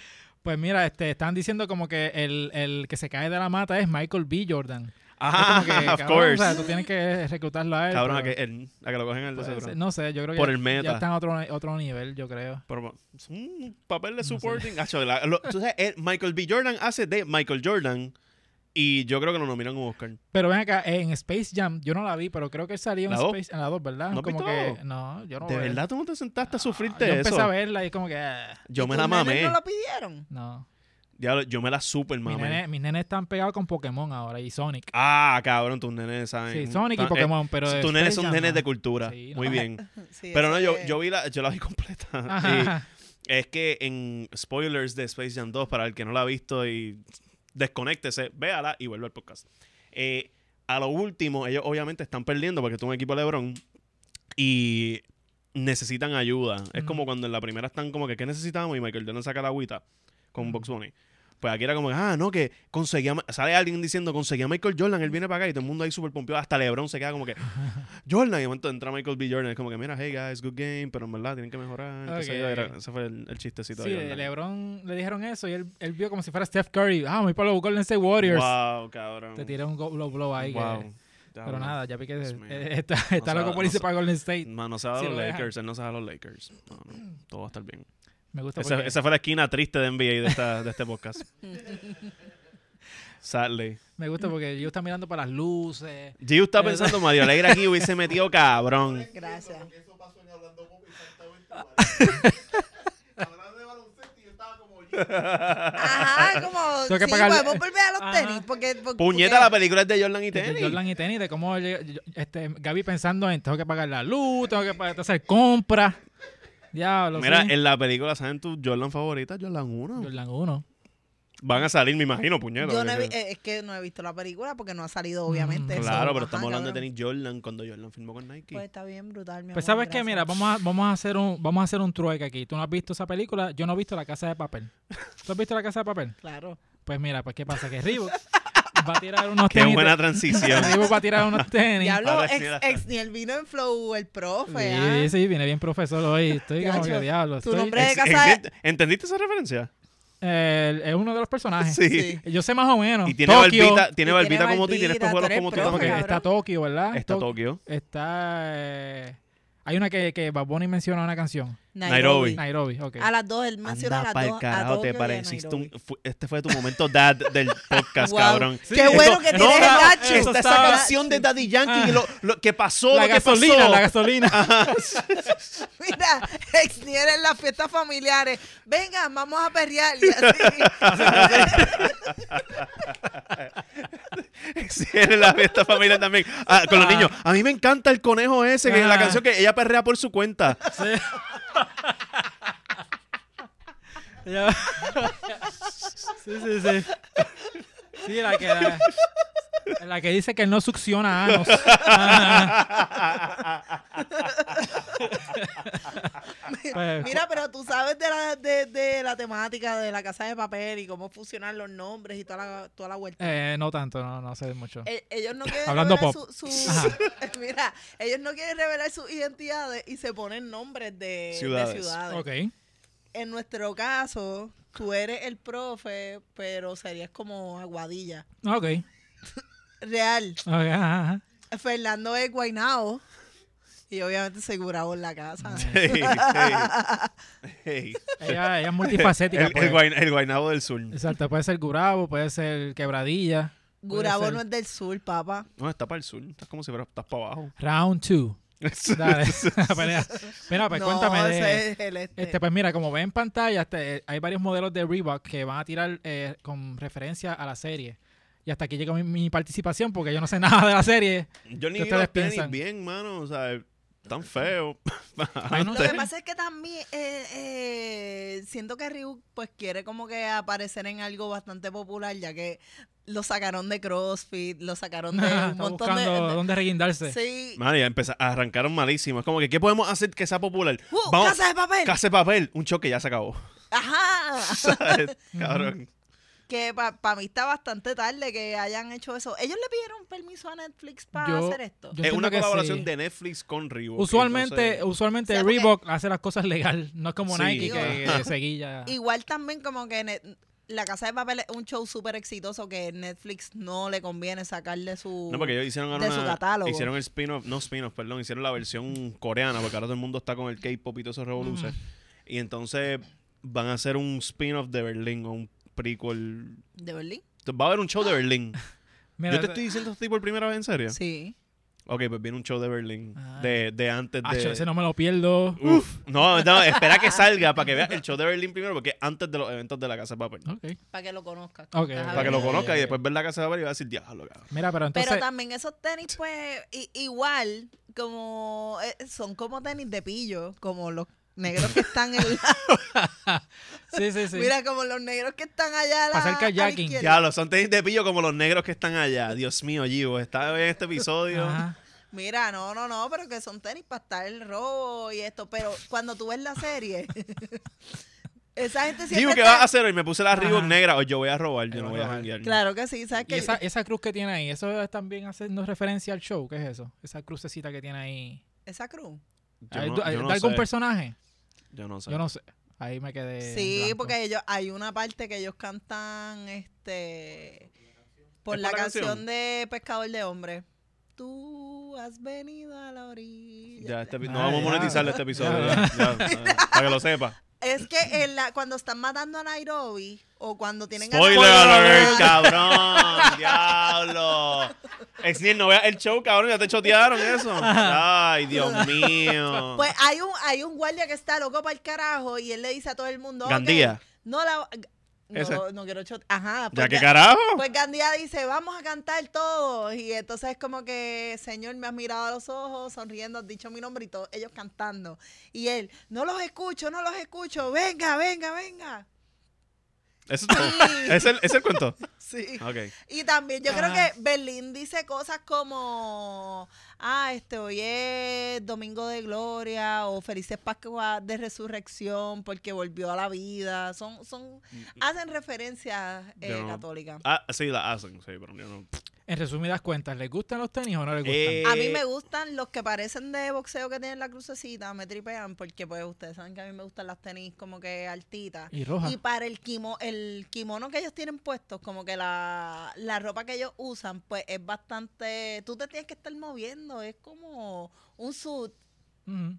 S1: Pues mira, este, están diciendo como que el, el que se cae de la mata es Michael B. Jordan.
S3: Ajá,
S1: Es como que,
S3: Ah, of
S1: cabrón,
S3: course.
S1: o sea, tú tienes que reclutarlo a él.
S3: Cabrón, a que,
S1: pero-
S3: el- a que lo cogen el de
S1: pues,
S3: seguro.
S1: No sé, yo creo que
S3: Por
S1: ya-
S3: el meta.
S1: ya está en otro, otro nivel, yo creo.
S3: Pero, pues, es un papel de
S1: sé.
S3: supporting. Acho, la- lo- tú sabes, eh, Michael B. Jordan hace de Michael Jordan y yo creo que lo nominan como Oscar.
S1: Pero ven acá, en Space Jam, yo no la vi, pero creo que él salió en
S3: ¿La dos?
S1: Space en la 2, ¿verdad?
S3: ¿No has
S1: como
S3: visto la
S1: que
S3: dos?
S1: no, yo no voy
S3: ¿De
S1: a ver. Ah,
S3: verdad tú no te sentaste a sufrirte
S1: Yo empecé
S3: eso?
S1: a verla y es como que ah,
S3: Yo
S2: ¿Y
S3: me
S2: tus
S3: la
S2: nenes
S3: mamé.
S2: ¿No lo pidieron?
S1: no.
S3: Diablo, yo me la super
S1: Mis
S3: mamé.
S1: nenes, mis nenes están pegados con Pokémon ahora y Sonic.
S3: Ah, cabrón, tus nenes saben.
S1: Sí, Sonic y
S3: Tan- eh,
S1: Pokémon, pero de
S3: tus nenes
S1: Space
S3: son
S1: Jam,
S3: nenes
S1: no.
S3: de cultura.
S1: Sí,
S3: Muy
S1: no.
S3: bien.
S2: Sí,
S3: Pero no,
S2: eso
S3: yo,
S2: es-
S3: yo vi la, yo la vi completa.
S1: Ajá.
S3: Y es que en spoilers de Space Jam 2, para el que no la ha visto y desconéctese, véala y vuelve al podcast. Eh, a lo último, ellos obviamente están perdiendo porque es un equipo de LeBron y necesitan ayuda. Es
S1: Mm.
S3: como cuando en la primera están como que, ¿qué necesitamos? Y Michael Jordan saca la agüita con Box Bunny. Pues aquí era como, que, ah, no, que conseguía, sale alguien diciendo, conseguí a Michael Jordan, él viene para acá y todo el mundo ahí súper pompeado. Hasta LeBron se queda como que, Jordan, y de momento entra Michael B. Jordan, es como que, mira, hey guys, good game, pero en verdad tienen que mejorar. qué sé yo.
S1: Ok,
S3: Era-
S1: ok.
S3: ese fue el, el chistecito
S1: Sí,
S3: de Jordan.
S1: LeBron le dijeron eso y él, él vio como si fuera Steph Curry. Ah, muy para los Golden State Warriors.
S3: Wow, cabrón.
S1: Te tiré un go- blow blow ahí. que-
S3: Wow.
S1: pero nada, ya vi que
S3: Dios
S1: eh,
S3: mío.
S1: está, está
S3: No
S1: loco
S3: sabe-
S1: por
S3: no Mm.
S1: irse
S3: sabe-
S1: para Golden State.
S3: Mano, no se va a
S1: Si
S3: los
S1: lo dejan.
S3: Lakers, él no se va a los Lakers. No, no, todo va a estar bien.
S1: Me gusta
S3: Esa,
S1: porque
S3: esa fue la esquina triste de NBA de, esta, de este podcast. Sadly.
S1: me gusta porque yo está mirando para las luces.
S3: Giu está pensando, Mario Alegre aquí hubiese metido cabrón.
S2: Gracias.
S4: Eso pasó en Hablando Pop exactamente igual. Hablando de baloncesto y yo estaba como yo.
S2: Ajá, como.
S1: Tengo que
S2: sí,
S1: pagarle-
S2: podemos volver a los
S1: ajá.
S2: tenis. Porque, porque-
S3: Puñeta,
S2: porque-
S3: la película es de Jordan y
S1: De
S3: Tenis.
S1: Jordan y tenis, de cómo yo- yo- este, Gaby pensando en tengo que pagar la luz, tengo que pa- hacer compras. Diablo.
S3: Mira,
S1: sí.
S3: en la película salen tus Jordan favoritas, Jordan 1.
S1: Jordan 1.
S3: Van a salir, me imagino, puñeta.
S2: Yo no he vi-
S3: porque-
S2: eh, es que no he visto la película porque no ha salido, obviamente.
S1: Mm,
S2: eso,
S3: Claro, pero
S2: ajá,
S3: estamos hablando de
S2: cabrón.
S3: tenis Jordan cuando Jordan firmó con Nike.
S2: Pues está bien brutal, mi
S1: Pues
S2: amor,
S1: sabes que,
S2: gracias.
S1: mira, vamos a, vamos a hacer un, vamos a hacer un trueque aquí. Tú no has visto esa película, yo no he visto La Casa de Papel. ¿Tú has visto La Casa de Papel?
S2: Claro.
S1: Pues mira, pues qué pasa, que Reebok va a tirar unos
S3: Qué
S1: tenis.
S3: buena transición.
S1: Reebok va a tirar unos tenis.
S2: Diablo,
S3: Ahora sí
S2: ex,
S3: la-
S2: ex, ni el vino en Flow, el profe. ah.
S1: Sí, sí, viene bien profesor hoy. Estoy como
S2: Gacho,
S1: que diablo.
S2: tu
S1: estoy-
S2: nombre-
S3: Ex-
S2: de casa-
S3: existe- ¿Entendiste esa referencia?
S1: eh, el- es uno de los personajes.
S3: Sí.
S2: Sí.
S1: Yo sé más o menos.
S3: Y tiene
S1: Tokio,
S3: barbita, tiene
S2: Y
S3: barbita
S2: tiene
S3: como tú y tiene
S2: barbita,
S3: estos
S2: tú
S3: juegos
S2: eres
S3: como tú
S2: pro,
S1: Porque
S3: también.
S2: cabrón.
S1: está Tokio, ¿verdad?
S3: Está
S1: Tok-
S3: Tokio.
S1: Está. eh, hay una que, que Bad Bunny menciona una canción.
S3: Nairobi. Sí.
S1: Nairobi, ok.
S2: A las dos, él menciona a
S3: Anda
S2: las
S3: pa'l
S2: dos. a
S3: carajo,
S2: Tokio y
S3: te
S2: a
S3: pareciste un...
S2: Nairobi.
S3: fu- Este fue tu momento dad del podcast,
S2: Wow.
S3: cabrón.
S2: Qué bueno que
S3: no,
S2: tienes el
S3: no,
S2: gacho.
S1: eso
S3: Está esa
S1: estaba-
S3: canción de Daddy Yankee,
S1: Ah.
S3: que lo, lo que pasó,
S1: la
S3: lo que pasó. Ah.
S1: gasolina, la gasolina.
S2: Mira, ex Niel en las fiestas familiares. Venga, vamos a perrear. Y así.
S3: Sí, en la fiesta familiar también. Ah, con los
S1: Ah.
S3: niños. A mí me encanta el conejo ese, que es la
S1: Ah.
S3: canción que ella perrea por su cuenta.
S1: Ya. sí, sí, sí. Sí, la que, la, la que dice que no succiona anos. Pues,
S2: Mira, pero tú sabes de la, de, de la temática de la casa de papel y cómo funcionan los nombres y toda la, toda la vuelta.
S1: eh, no tanto, no, no sé mucho.
S2: Eh, ellos no quieren
S1: Hablando
S2: revelar
S1: pop.
S2: su,
S1: Ajá.
S2: su- mira, ellos no quieren revelar sus identidades y se ponen nombres de de ciudades.
S3: Ciudades.
S1: Ok.
S2: En nuestro caso, tú eres el profe, pero serías como aguadilla.
S1: Ok.
S2: Real.
S1: Ok, ajá, ajá.
S2: Fernando es Guainao. Y obviamente segurado en la casa.
S3: Hey, hey, hey.
S1: Ella, ella es multifacética.
S3: El,
S1: pues.
S3: el guain- el guainabo del sur.
S1: Exacto, puede ser Gurabo, puede ser Quebradilla.
S2: Gurabo
S1: ser.
S2: no es del sur, papá.
S3: No, está para el sur. Estás como si fueras estás para abajo.
S1: Round 2. Dale. Pelea. Mira, pues
S2: no,
S1: cuéntame de...
S2: ese es el este.
S1: Este, pues mira, como ven en pantalla, este, hay varios modelos de Reebok que van a tirar eh, con referencia a la serie. Y hasta aquí llega mi, mi participación porque yo no sé nada de la serie.
S3: Yo ni
S1: ¿Qué
S3: vi los
S1: ustedes
S3: tenis
S1: piensan?
S3: bien, mano. O sea, tan feo.
S1: Ay, no
S2: Lo
S1: sé.
S2: que pasa es que también eh, eh, siento que Ryu pues quiere como que aparecer en algo bastante popular, ya que lo sacaron de CrossFit, lo sacaron de
S1: Está
S2: un montón de-
S1: buscando
S2: de,
S1: dónde reguindarse.
S2: sí.
S3: Mano, ya empeza- arrancaron malísimo. Es como que, ¿qué podemos hacer que sea popular?
S2: Uh,
S3: Vamos-
S2: casa de papel.
S3: Casa de papel. Un choque ya se acabó.
S2: Ajá.
S3: ¿Sabes? Cabrón.
S2: que para mí está bastante tarde que hayan hecho eso. Ellos le pidieron permiso a Netflix para
S1: Yo-
S2: hacer esto.
S1: yo
S3: es
S1: entiendo
S3: una
S1: que
S3: colaboración
S1: sí.
S3: de Netflix con Reebok.
S1: Usualmente,
S3: Entonces,
S1: usualmente
S2: O sea, porque-
S1: Reebok hace las cosas legal. No es como
S3: Sí.
S1: Nike que, que seguilla.
S2: Igual también como que Net- La Casa de Papel es un show súper exitoso que Netflix no le conviene sacarle su...
S3: no, porque ellos hicieron ahora
S2: de su
S3: una-
S2: catálogo.
S3: Hicieron el spin-off, no spin-off, perdón, hicieron la versión coreana, porque ahora todo el mundo está con el K-pop y todo eso revoluce. Y entonces van a hacer un spin-off de Berlín o un prequel.
S2: ¿De Berlín?
S3: Va a haber un show de Berlín.
S1: Mira,
S3: Yo te estoy diciendo esto por primera vez, ¿en serio?
S2: Sí.
S3: Ok, pues viene un show de Berlín.
S1: Ah.
S3: De, de antes
S1: acho,
S3: de.
S1: ese no me lo pierdo.
S3: Uf. No, no, espera que salga para que veas el show de Berlín primero, porque es antes de los eventos de la Casa de Papel.
S1: Ok.
S2: Para que lo conozcas.
S1: Ok,
S2: Ajá.
S1: ok.
S3: Para que lo
S1: Ya, ya,
S3: conozca
S1: ya.
S3: y después ver la Casa de Papel y vas a decir, diablo, cabrón.
S1: Mira, pero entonces.
S2: Pero también esos tenis, pues, i- igual, como eh, son como tenis de pillo, como los negros que están en la-
S1: sí, sí, sí.
S2: Mira, como los negros que están allá a la,
S1: Pa' hacer
S2: a la
S1: kayaking.
S2: izquierda.
S3: Diablo, son tenis de pillo como los negros que están allá. Dios mío, Givo, está en este episodio.
S1: Ajá.
S2: Mira, no, no, no, pero que son tenis para estar el robo y esto. Pero cuando tú ves la serie, esa gente siempre.
S3: Givo, ¿qué
S2: está-
S3: vas a hacer hoy? Me puse la
S1: Ajá.
S3: Reebok negra. Hoy yo voy a robar, yo
S1: Yo
S3: no
S1: voy
S3: voy
S1: a
S3: a
S1: robar.
S3: janguear.
S2: Claro que sí, ¿sabes
S1: Y
S2: qué?
S1: esa, esa cruz que tiene ahí, eso es también haciendo referencia al show. ¿Qué es eso? Esa crucecita que tiene ahí.
S2: Esa cruz.
S3: Yo
S1: ¿Hay-
S3: no,
S1: ¿De
S3: yo no
S1: algún
S3: sé.
S1: personaje?
S3: Yo no sé.
S1: Yo no sé. Ahí me
S3: Eh,
S1: quedé. en
S2: Sí,
S1: blanco.
S2: porque ellos, hay una parte que ellos cantan este por
S3: ¿Es
S2: la
S3: por la
S2: canción?
S3: canción?
S2: de Pescador de Hombre. Tú has venido a la orilla.
S3: Ya, este epi- no
S1: Ah,
S3: vamos a
S1: ya.
S3: monetizarle este episodio.
S1: Ya.
S3: ya, ya, ya, para que lo sepa.
S2: Es que en la, cuando están matando a Nairobi o cuando tienen a pues,
S3: Spoiler
S2: Nairobi-
S3: alert, cabrón. Diablo. Exniel, no veas el show, cabrón. Ya te chotearon eso. Ay, Dios mío.
S2: Pues hay un, hay un guardia que está loco para el carajo y él le dice a todo el mundo. "Ok,
S3: Gandía.
S2: No la. No,
S3: Ese.
S2: lo- no quiero chotear. Ajá.
S3: ¿Ya
S2: pues
S3: qué
S2: Ga-
S3: carajo?
S2: Pues Gandía dice, vamos a cantar todos. Y entonces es como que, Señor, me has mirado a los ojos, sonriendo, has dicho mi nombre y todos ellos cantando. Y él, no los escucho, no los escucho, venga, venga, venga.
S3: Eso es todo.
S2: Sí.
S3: ¿Es, el, es el cuento.
S2: Sí.
S3: Ok.
S2: Y también yo creo
S1: Ajá.
S2: que Berlín dice cosas como, ah, este, hoy es Domingo de Gloria o Felices Pascua de Resurrección porque volvió a la vida. Son, son, hacen referencias eh,
S3: Yo no-
S2: católicas.
S3: Ah, sí, la hacen, sí, pero yo no.
S1: En resumidas cuentas, ¿les gustan los tenis o no les gustan?
S3: Eh,
S2: A mí me gustan los que parecen de boxeo que tienen la crucecita, me tripean porque pues ustedes saben que a mí me gustan las tenis como que altitas.
S1: y roja.
S2: Y para el kimo, el kimono que ellos tienen puestos, como que la, la ropa que ellos usan, pues es bastante, tú te tienes que estar moviendo, es como un suit
S1: Ujú,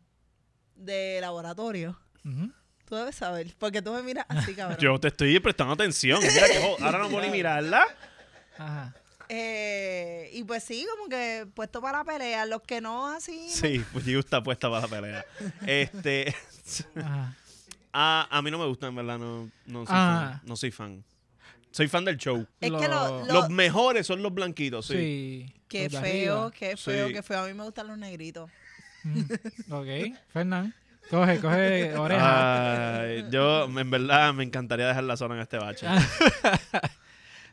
S2: de laboratorio.
S1: ujú.
S2: Tú debes saber, porque tú me miras así, cabrón.
S3: Yo te estoy prestando atención. Mira que jo- ahora no puedo ni mirarla.
S1: Ajá.
S2: Eh, y pues sí, como que puesto para la pelea, los que no así. no.
S3: Sí, pues yo está puesta para la pelea. Este.
S1: ajá.
S3: A, a mí no me gusta, en verdad. No, no, soy
S1: Ah.
S3: fan, no soy fan. Soy fan del show.
S2: Es que lo-
S1: Lo-
S2: lo-
S3: Los mejores son los blanquitos, sí.
S1: Sí.
S2: Qué
S1: los de
S2: feo,
S1: arriba.
S2: qué feo,
S3: Sí.
S2: qué feo. A mí me gustan los negritos.
S1: Mm, Ok, Fernán. Coge, coge oreja.
S3: Ah, Ay, yo, en verdad, me encantaría dejar la zona en este bache.
S1: Ah.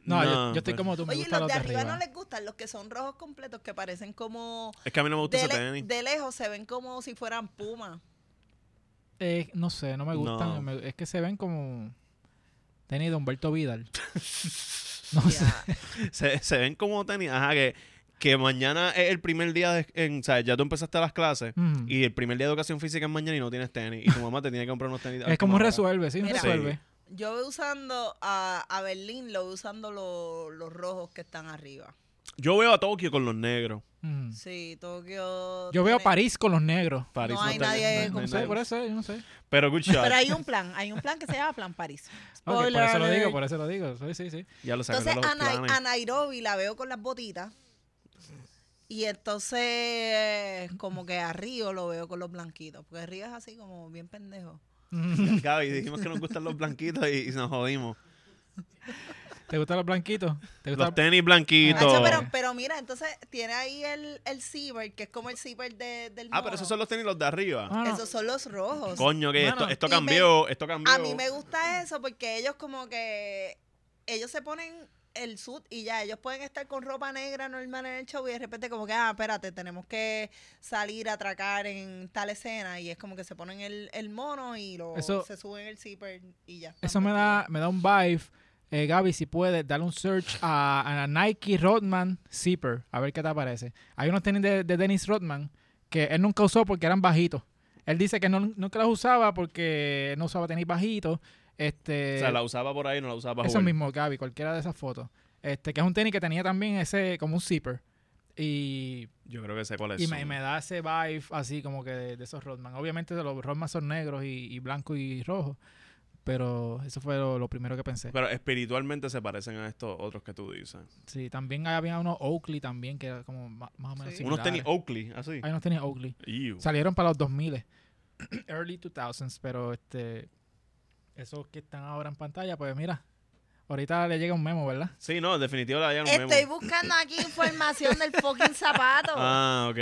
S1: no, yo, yo estoy
S3: pero-
S1: como tú, me
S2: Oye,
S1: gustan
S2: los de arriba, no
S1: arriba.
S2: les gustan, los que son rojos completos, que parecen como...
S3: Es que a mí no me gusta
S2: De,
S3: ese
S2: le-
S3: tenis.
S2: de lejos se ven como si fueran pumas.
S1: Eh, no sé, no me gustan.
S3: No.
S1: me- es que se ven como tenis de Humberto Vidal. no sé.
S2: Ya.
S3: Se, se ven como tenis. Ajá, que, que mañana es el primer día. De, en- o sea, ya tú empezaste las clases.
S1: Mm.
S3: Y el primer día de educación física es mañana y no tienes tenis. Y tu mamá te tiene que comprar unos tenis.
S1: es como un
S3: ahora.
S1: resuelve, sí, un
S2: Mira.
S1: resuelve.
S2: Yo voy usando a, a Berlín, lo voy usando lo- los rojos que están arriba.
S3: Yo veo a Tokio con los negros.
S1: Mm.
S2: Sí, Tokio.
S1: Yo veo
S2: tiene-
S1: París con los negros.
S3: París
S2: No hay
S3: está-
S2: nadie
S3: no hay-
S2: con-
S3: no hay
S1: No sé,
S3: nadie.
S1: por eso, yo no sé.
S3: Pero good shot.
S2: Pero hay un plan, hay un plan que se llama Plan París.
S1: Ok, por eso lo
S2: Spoiler
S1: digo,
S2: alert.
S1: por eso lo digo. Sí, sí, sí.
S3: Ya lo sacaron
S2: Entonces a,
S3: los
S2: Nai-
S3: planes.
S2: a Nairobi la veo con las botitas. Y entonces, como que a Río lo veo con los blanquitos. Porque Río es así como bien pendejo.
S1: Mm.
S3: Gaby, dijimos que nos gustan los blanquitos y, y nos jodimos.
S1: ¿Te gustan los blanquitos? ¿Te gustan
S3: Los tenis blanquitos.
S1: Todo.
S2: Nacho, pero, pero mira, entonces tiene ahí el, el ciber, que es como el ciber de, del
S3: Ah, pero
S2: mono.
S3: esos son los tenis los de arriba.
S1: Ah, no.
S2: Esos son los rojos.
S3: Coño, que esto,
S1: Mano.
S3: esto
S2: Y me-
S3: cambió, esto cambió.
S2: A mí me gusta eso porque ellos como que ellos se ponen el suit y ya ellos pueden estar con ropa negra normal en el show y de repente como que ah espérate tenemos que salir a atracar en tal escena y es como que se ponen el, el mono y lo
S1: Eso-
S2: se suben el zipper y ya están
S1: Eso me da, me da un vibe. Eh, Gaby, si puedes, dale un search a, a la Nike Rodman Zipper. A ver qué te aparece. Hay unos tenis de, de Dennis Rodman que él nunca usó porque eran bajitos. Él dice que no, nunca los usaba porque no usaba tenis bajitos. Este,
S3: O sea, la usaba por ahí, no la usaba para
S1: eso
S3: jugar.
S1: mismo, Gaby, cualquiera de esas fotos. Este, que es un tenis que tenía también ese, como un zipper. Y,
S3: Yo creo que sé cuál es.
S1: y me, me da ese vibe así como que de, de esos Rodman. Obviamente los Rodman son negros y, y blanco y rojo. Pero eso fue lo- lo primero que pensé.
S3: Pero espiritualmente se parecen a estos otros que tú dices.
S1: Sí, también había unos Oakley también, que era como ma- más, o menos
S2: Sí.
S1: similares.
S3: Unos tenis Oakley, así.
S1: Hay unos tenis Oakley.
S3: Ew.
S1: Salieron para los 2000, early 2000s, pero este esos que están ahora en pantalla, pues mira, ahorita le llega un memo, ¿verdad?
S3: Sí, no, en definitiva la hallaron
S2: estoy
S3: memo.
S2: buscando aquí información del fucking zapato
S3: Ah, ok.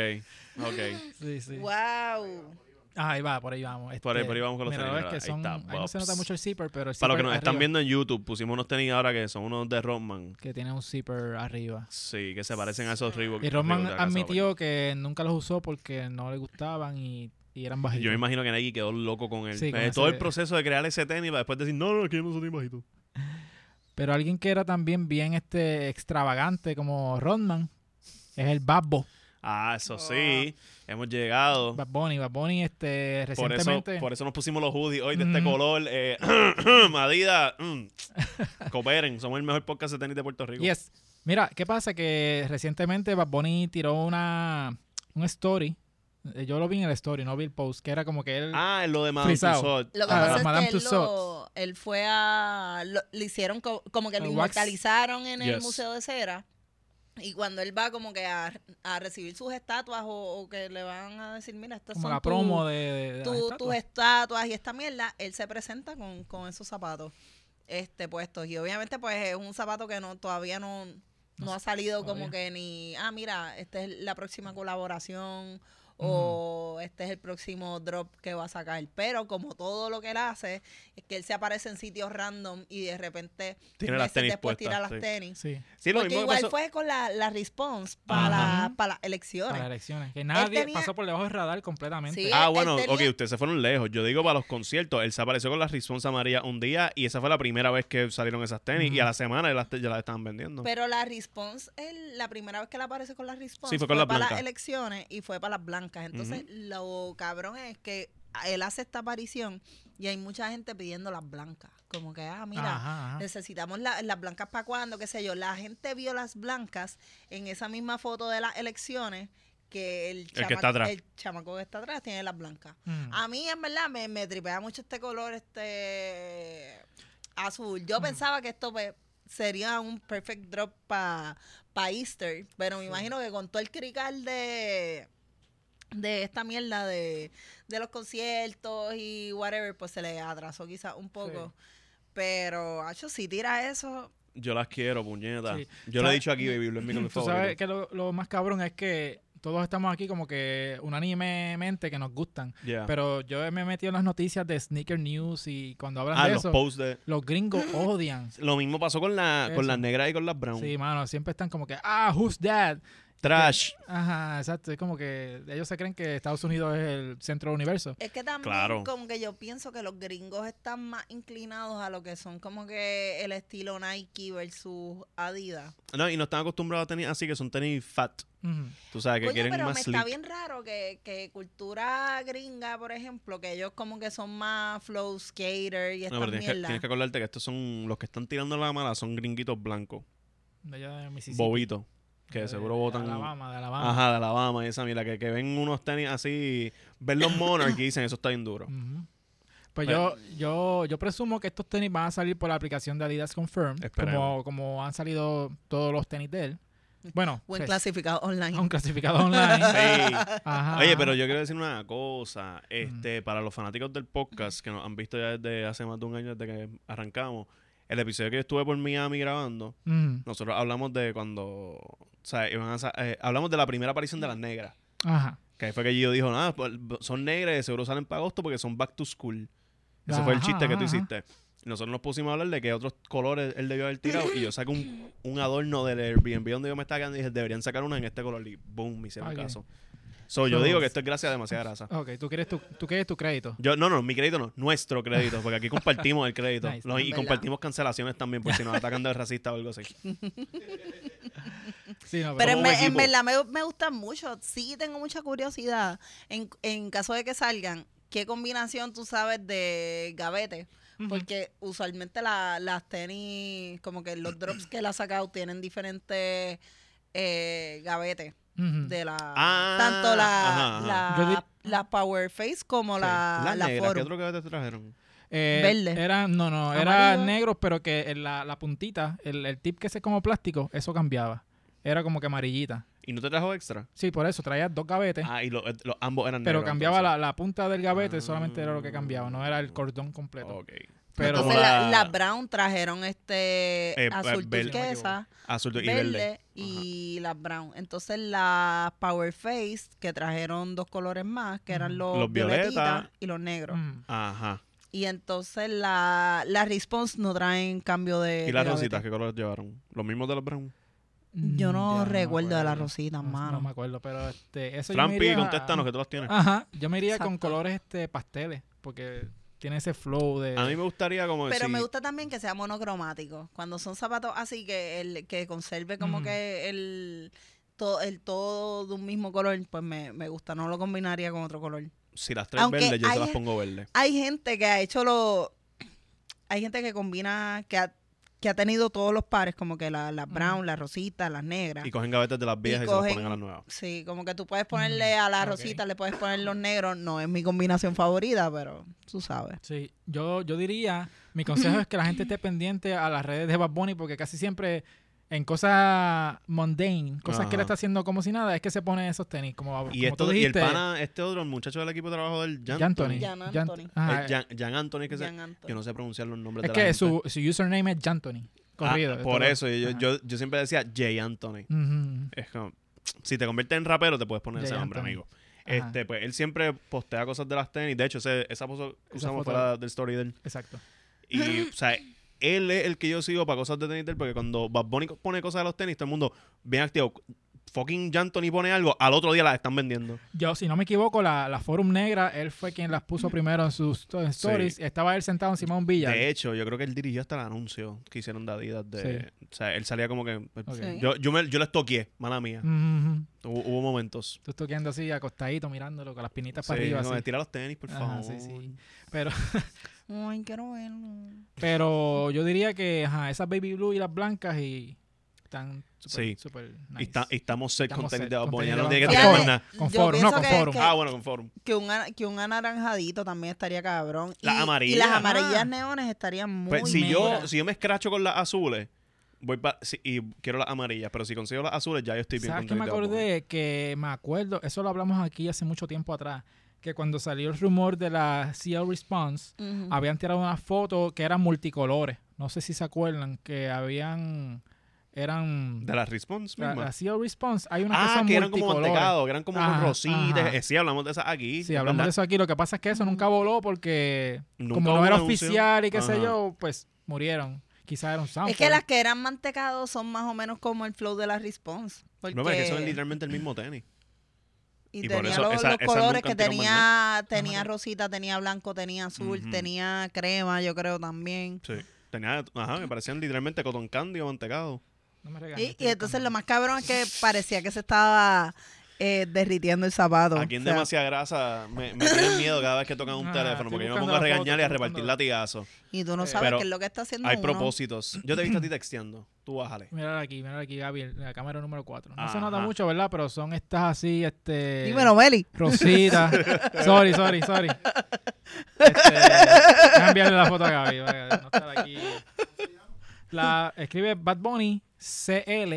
S3: Ok.
S1: Sí, sí.
S2: wow
S1: Ah, ahí va, por ahí vamos.
S3: Por ahí-
S1: este,
S3: por ahí vamos con los
S1: mira,
S3: tenis,
S1: ves
S3: ¿verdad?
S1: que
S3: Ahí
S1: son,
S3: está,
S1: ahí no se
S3: bops.
S1: nota mucho el zipper, pero el
S3: Para
S1: zipper
S3: los que nos están
S1: arriba,
S3: viendo en YouTube, pusimos unos tenis ahora que son unos de Rodman.
S1: Que tiene un zipper arriba.
S3: Sí, que se parecen a esos Reebok.
S1: Y Roman
S3: Reebok de acá,
S1: admitió que nunca los usó porque no le gustaban y, y eran
S3: ¿sabes?
S1: bajitos.
S3: Yo me imagino que Nike quedó loco con él.
S1: Sí, con
S3: Eh,
S1: ese-
S3: todo el proceso de crear ese tenis para después decir, no, no, que yo no soy tenis bajito.
S1: Pero alguien que era también bien este extravagante como Rodman es el Babbo,
S3: Ah, eso sí.
S2: Oh.
S3: Hemos llegado.
S1: Bad Bunny. Bad Bunny este,
S3: Por eso,
S1: recientemente...
S3: por eso nos pusimos los hoodies hoy de este
S1: Ujú.
S3: color. Eh, Adidas, mm, cooperen. Somos el mejor podcast de tenis de Puerto Rico.
S1: Yes. Mira, ¿qué pasa? Que recientemente Bad Bunny tiró una, una story. Eh, Yo lo vi en el story, no vi el post, que era como que él...
S3: Ah, es lo de Madame
S1: Frisado.
S3: Tussauds.
S2: Lo que
S1: Ah,
S2: pasa
S1: Madame
S2: es que él,
S1: Tussauds.
S2: lo- él fue a. lo- le hicieron co- como que lo
S1: Al wax.
S2: inmortalizaron en el
S3: Yes.
S2: Museo de Cera. Y cuando él va como que a, a recibir sus estatuas o, o que le van a decir, mira, estas
S1: como
S2: son
S1: la
S2: tu-
S1: promo de... de- de las
S2: tu- tus
S1: estatuas.
S2: estatuas y esta mierda, él se presenta con, con esos zapatos. este puestos. Y obviamente, pues es un zapato que no todavía no, no ha salido como
S1: todavía.
S2: que ni, ah, mira, esta es la próxima colaboración o este es el próximo drop que va a sacar. Pero como todo lo que él hace, es que él se aparece en sitios random y de repente
S3: Tiene las
S2: meses
S3: tenis
S2: después tira
S3: puestas,
S2: las
S3: sí.
S2: tenis.
S1: Sí,
S3: Sí, lo
S2: Porque
S3: mismo que
S2: igual
S3: pasó-
S2: fue con la, la response para, la-
S1: Ajá.
S2: para las elecciones.
S1: para elecciones. Que nadie
S2: tenía-
S1: pasó por debajo del radar completamente.
S2: Sí.
S3: Ah,
S2: él
S3: bueno,
S2: tenía-
S3: ok, ustedes se fueron lejos. Yo digo para los conciertos. Él se apareció con la Responsa María un día y esa fue la primera vez que salieron esas tenis
S1: Ujú.
S3: y a la semana ya las, te- ya las estaban vendiendo.
S2: Pero la response, él- la primera vez que él aparece con la response
S3: Sí, fue con las
S2: para las
S3: blancas.
S2: elecciones y fue para las blancas. Entonces, lo cabrón es que él hace esta aparición y hay mucha gente pidiendo las blancas. Como que, ah, mira,
S1: Ajá, ajá.
S2: necesitamos la- las blancas para cuando, qué sé yo. La gente vio las blancas en esa misma foto de las elecciones que el,
S3: que está atrás.
S2: el chamaco que está atrás tiene las blancas.
S1: Mm.
S2: A mí, en verdad, me, me tripea mucho este color, este azul. Yo pensaba que esto pues, sería un perfect drop para Easter, pero me imagino que con todo el crical de de esta mierda de, de los conciertos y whatever, pues se le atrasó quizás un poco. Pero, Hacho, si tira eso,
S3: Yo las quiero, puñeta.
S1: Sí.
S3: Yo lo
S1: ¿Sabes?
S3: he dicho aquí, baby, Blue es mi color
S1: Tú
S3: favorito.
S1: sabes que lo, lo más cabrón es que todos estamos aquí como que unánimemente que nos gustan.
S3: Yeah.
S1: Pero yo me he metido en las noticias de Sneaker News y cuando hablan
S3: ah,
S1: de
S3: los
S1: eso,
S3: posts de...
S1: los gringos odian.
S3: Lo mismo pasó con, la,
S1: Eso.
S3: con las negras y con las brown.
S1: Sí, mano, siempre están como que, ah, who's that?
S3: Trash.
S1: Ajá, exacto. Es como que ellos se creen que Estados Unidos es el centro del universo.
S2: Es que también
S3: Claro.
S2: como que yo pienso que los gringos están más inclinados a lo que son como que el estilo Nike versus Adidas.
S3: No, y no están acostumbrados a tenis así, que son tenis fat.
S1: Ujú.
S3: Tú sabes, que
S2: Coño,
S3: quieren
S2: pero
S3: más
S2: me
S3: sleek.
S2: está bien raro que, que cultura gringa, por ejemplo, que ellos como que son más flow skater y
S3: No,
S2: estas
S3: pero tienes que,
S2: mierdas.
S3: tienes que acordarte que estos son... Los que están tirando la mala son gringuitos blancos.
S1: De allá de Mississippi.
S3: Bobitos. Que
S1: De-
S3: seguro
S1: de
S3: votan...
S1: Alabama, de Alabama.
S3: Ajá, de Alabama, esa mira, que, que ven unos tenis así, ven los Monarch y dicen, eso está bien duro.
S1: Ujú. Pues
S3: Pero-
S1: yo, yo, yo presumo que estos tenis van a salir por la aplicación de Adidas Confirm, como,
S3: Esperemos.
S1: como han salido todos los tenis de él. Bueno,
S2: Buen
S1: pues,
S2: clasificado online.
S1: un clasificado online.
S3: Sí.
S1: Ajá. Mm.
S3: Oye, pero yo quiero decir una cosa, este, para los fanáticos del podcast que nos han visto ya desde hace más de un año desde que arrancamos, el episodio que yo estuve por Miami grabando,
S1: Mm,
S3: nosotros hablamos de cuando, o sea, iban a sa- eh, hablamos de la primera aparición de las negras,
S1: Ajá.
S3: que ahí fue que yo dijo, nada, pues, son negras, de seguro salen para agosto porque son back to school. Ese fue el
S1: Ajá,
S3: chiste que
S1: ajá,
S3: tú hiciste. Nosotros nos pusimos a hablar de que otros colores él debió haber tirado y yo saco un, un adorno del Airbnb donde yo me estaba quedando y dije, deberían sacar una en este color y boom, me hicieron
S1: Ok.
S3: caso. So, yo
S1: So-
S3: digo que esto es gracias a demasiada grasa.
S1: Ok, tú quieres tu, tú quieres tu crédito.
S3: Yo, no, no, mi crédito no, nuestro crédito, porque aquí compartimos el crédito
S1: Nice.
S3: Lo- y
S2: ¿Verdad?
S3: compartimos cancelaciones también por si nos atacan de racista o algo así.
S1: Sí, no,
S2: Pero en,
S3: Somos un
S2: ver- en
S3: equipo.
S2: verdad me, me gustan mucho. Sí tengo mucha curiosidad en, en caso de que salgan, ¿qué combinación tú sabes de gavete?
S1: Ujú.
S2: Porque usualmente la- las tenis, como que los drops que él ha sacado tienen diferentes eh, gavetes
S1: Ujú.
S2: de la...
S3: Ah,
S2: tanto la,
S3: ajá, ajá.
S1: Mm. Yo
S2: la,
S1: di-
S2: la Power Face como la,
S3: Las
S2: la
S3: negras, ¿qué
S2: Forum.
S3: otro que te trajeron?
S1: Eh,
S2: verde.
S1: Era, no, no, era
S2: Amarillo.
S1: negro, pero que en la, la puntita, el, el tip que es como plástico, eso cambiaba. Era como que amarillita.
S3: ¿Y no te trajo extra?
S1: Sí, por eso traía dos gavetes.
S3: Ah, y lo- eh, los ambos eran negros.
S1: Pero cambiaba
S3: entonces.
S1: la, la punta del gavete, solamente era lo que
S3: Ah.
S1: cambiaba, no era el cordón completo.
S3: Ok.
S1: Pero-
S2: Entonces
S3: Como
S2: la-
S3: la-
S2: las Brown trajeron este
S3: Eh,
S2: azul
S3: verde.
S2: turquesa,
S3: Azul y
S2: verde,
S3: verde.
S2: y las Brown. Entonces las Power Face que trajeron dos colores más, que eran
S1: Ujú.
S2: los,
S3: Los
S2: violetitas
S3: violeta.
S2: y los negros.
S1: Mm.
S3: Ajá.
S2: Y entonces la, la Response no traen cambio de
S3: ¿Y las
S2: de gavete.
S3: rositas qué color llevaron? ¿Los mismos de los brown?
S2: Yo no
S1: Mm, Ya
S2: recuerdo de las
S1: acuerdo.
S2: rositas,
S1: No,
S2: mano.
S1: No me acuerdo, pero este, eso yo me
S3: Flampi,
S1: iría-
S3: contéstanos que tú las tienes.
S2: Ah,
S1: Ajá, yo me iría con
S2: Exacto.
S1: colores este pasteles, porque tiene ese flow de...
S3: A mí me gustaría como
S2: Pero
S3: si-
S2: me gusta también que sea monocromático. Cuando son zapatos así, que el que conserve como
S1: Mm.
S2: que el todo, el todo de un mismo color, pues me, me gusta. No lo combinaría con otro color.
S3: si las tres
S2: Aunque
S3: verdes, yo se
S2: hay-
S3: las pongo verdes.
S2: Hay gente que ha hecho lo... Hay gente que combina, que ha, que ha tenido todos los pares, como que la- las
S1: Ujú.
S2: brown, las rositas, las negras.
S3: Mm. Y cogen gavetas de las viejas y, se las
S2: Ah. cogen-
S3: ponen a las nuevas.
S2: Sí, como que tú puedes
S3: Mm.
S2: ponerle a las
S1: ok.
S2: rositas, le puedes poner los negros. No es mi combinación favorita, pero tú sabes.
S1: Sí, yo, yo diría, mi consejo es que la gente esté pendiente a las redes de Bad Bunny porque casi siempre en cosas mundane, cosas que él
S3: Ajá.
S1: está haciendo como si nada, es que se pone esos tenis, como,
S3: Y,
S1: como
S3: esto,
S1: tú
S3: y el
S1: dijiste.
S3: pana, este otro, el muchacho del equipo de trabajo del Jan, Eh,
S1: Jantoni.
S2: Jan Anthony.
S1: Ajá,
S3: Es Jan, Jan Anthony, que se-
S2: Jan Anthony.
S3: Yo no sé pronunciar los nombres
S1: es
S3: de la
S1: que
S3: gente.
S1: su, su username es Jantoni.
S3: Ah,
S1: Corrido.
S3: por
S1: todo.
S3: eso, yo,
S1: Ajá.
S3: yo, yo siempre decía Jay Anthony.
S1: Ujú.
S3: Es como, si te conviertes en rapero, te puedes poner
S1: Jay
S3: ese nombre,
S1: Anthony.
S3: amigo.
S1: Ajá.
S3: Este, pues él siempre postea cosas de las tenis. De hecho, ese- esa foto que
S1: Esa
S3: usamos
S1: foto.
S3: fue la del story de él.
S1: Exacto.
S3: Y, o sea, él es el que yo sigo para cosas de tenis de él, porque cuando Bad Bunny pone cosas de los tenis, todo el mundo, bien activo, fucking Jantony pone algo, al otro día las están vendiendo.
S1: Yo, si no me equivoco, la, la Forum Negra, él fue quien las puso primero en sus to- stories. Estaba él sentado encima de un billar.
S3: De hecho, yo creo que él dirigió hasta el anuncio que hicieron de Adidas. De, O sea, él salía como que... pues,
S1: Ok. Mm.
S2: Sí.
S3: Yo, yo, me, yo les toqué, mala mía.
S1: Ujú.
S3: Hubo, hubo momentos.
S1: Tú estás quedando así, acostadito, mirándolo, con las pinitas para
S3: Sí,
S1: arriba.
S3: no,
S1: así.
S3: me tira los tenis, por
S1: Ajá,
S3: favor.
S1: sí, sí. Pero,
S2: Ay, quiero verlo.
S1: pero yo diría que ajá, esas baby blue y las blancas y están súper
S3: Sí.
S1: super nice.
S3: Y, está- y estamos set
S1: Estamos
S3: con tenis
S1: set
S3: de Bad
S1: con
S3: Bunny,
S1: tenis
S3: ya
S1: de
S3: no
S1: Bad
S3: tiene que
S1: Bunny.
S3: estar
S1: Fíjate.
S3: con nada.
S1: Con
S2: Yo
S1: forum, no,
S2: pienso
S1: con
S2: que-
S1: forum.
S2: que-
S3: Ah, bueno, con Forum.
S2: Que un, ana- que un anaranjadito también estaría cabrón. Y-
S3: Las
S2: Y
S3: amarillas.
S2: las
S3: Ajá.
S2: amarillas neones estarían muy
S3: Pues, si, yo,
S2: negras.
S3: si yo me escracho con las azules, voy pa- si- y quiero las amarillas, pero si consigo las azules, ya yo estoy bien
S1: ¿Sabes
S3: con
S1: qué me
S3: tenis de Bad Bunny.
S1: acordé? Que me acuerdo, eso lo hablamos aquí hace mucho tiempo atrás, que cuando salió el rumor de la CL Response,
S2: Ujú.
S1: habían tirado una foto que eran multicolores. No sé si se acuerdan que habían... Eran...
S3: De las Response
S1: La,
S3: misma.
S1: la CL Response, hay unas que
S3: ah,
S1: son
S3: que eran como
S1: multicolores.
S3: mantecado, que eran como
S1: Ajá,
S3: rositas.
S1: ajá.
S3: Eh, sí, hablamos de esas aquí.
S1: Sí,
S3: es
S1: hablamos
S3: verdad.
S1: de eso aquí. Lo que pasa es que eso nunca voló porque
S3: Nunca
S1: como
S3: hubo
S1: no
S3: un
S1: era
S3: anuncio.
S1: oficial y qué sé
S3: Ajá.
S1: yo, pues murieron. Quizás era un sample.
S2: Es que las que eran mantecados son más o menos como el flow de la response. Porque...
S3: No, pero es que son literalmente el mismo tenis.
S2: Y,
S3: Y por
S2: tenía
S3: eso
S2: los,
S3: esa-
S2: los
S3: esa
S2: colores
S3: nunca
S2: que
S3: han tirado más
S2: tenía,
S1: Ajá.
S2: tenía rosita, tenía blanco, tenía azul,
S3: Ujú.
S2: tenía crema, yo creo también.
S3: Sí. Tenía, ajá, que parecían literalmente cotton candy o mantecado.
S1: No me regañes,
S2: Y,
S1: estoy
S2: y entonces
S1: buscando.
S2: lo más cabrón es que parecía que se estaba eh, derritiendo el zapato.
S3: Aquí en
S2: O sea,
S3: demasiada grasa me, me tienen miedo cada vez que tocan un
S1: Ah,
S3: teléfono porque
S1: estoy
S3: yo me
S1: buscando
S3: pongo a
S1: la foto,
S3: regañar y a
S1: estoy
S3: repartir
S1: buscando.
S3: latigazos.
S2: Y tú no
S1: Sí.
S2: sabes
S3: Eh, Pero
S2: qué es lo que está haciendo
S3: Hay
S2: uno.
S3: propósitos. Yo te he visto a ti texteando. Tú bájale.
S1: Mírala aquí, mírala aquí, Gaby, la cámara número 4. No se
S3: Ajá.
S1: nota mucho, ¿verdad? Pero son estas así, este...
S2: Dímelo, Meli.
S1: Rosita. sorry, sorry, sorry. Este, déjame enviarle la foto a Gaby. para no estar aquí. La escribe Bad Bunny CL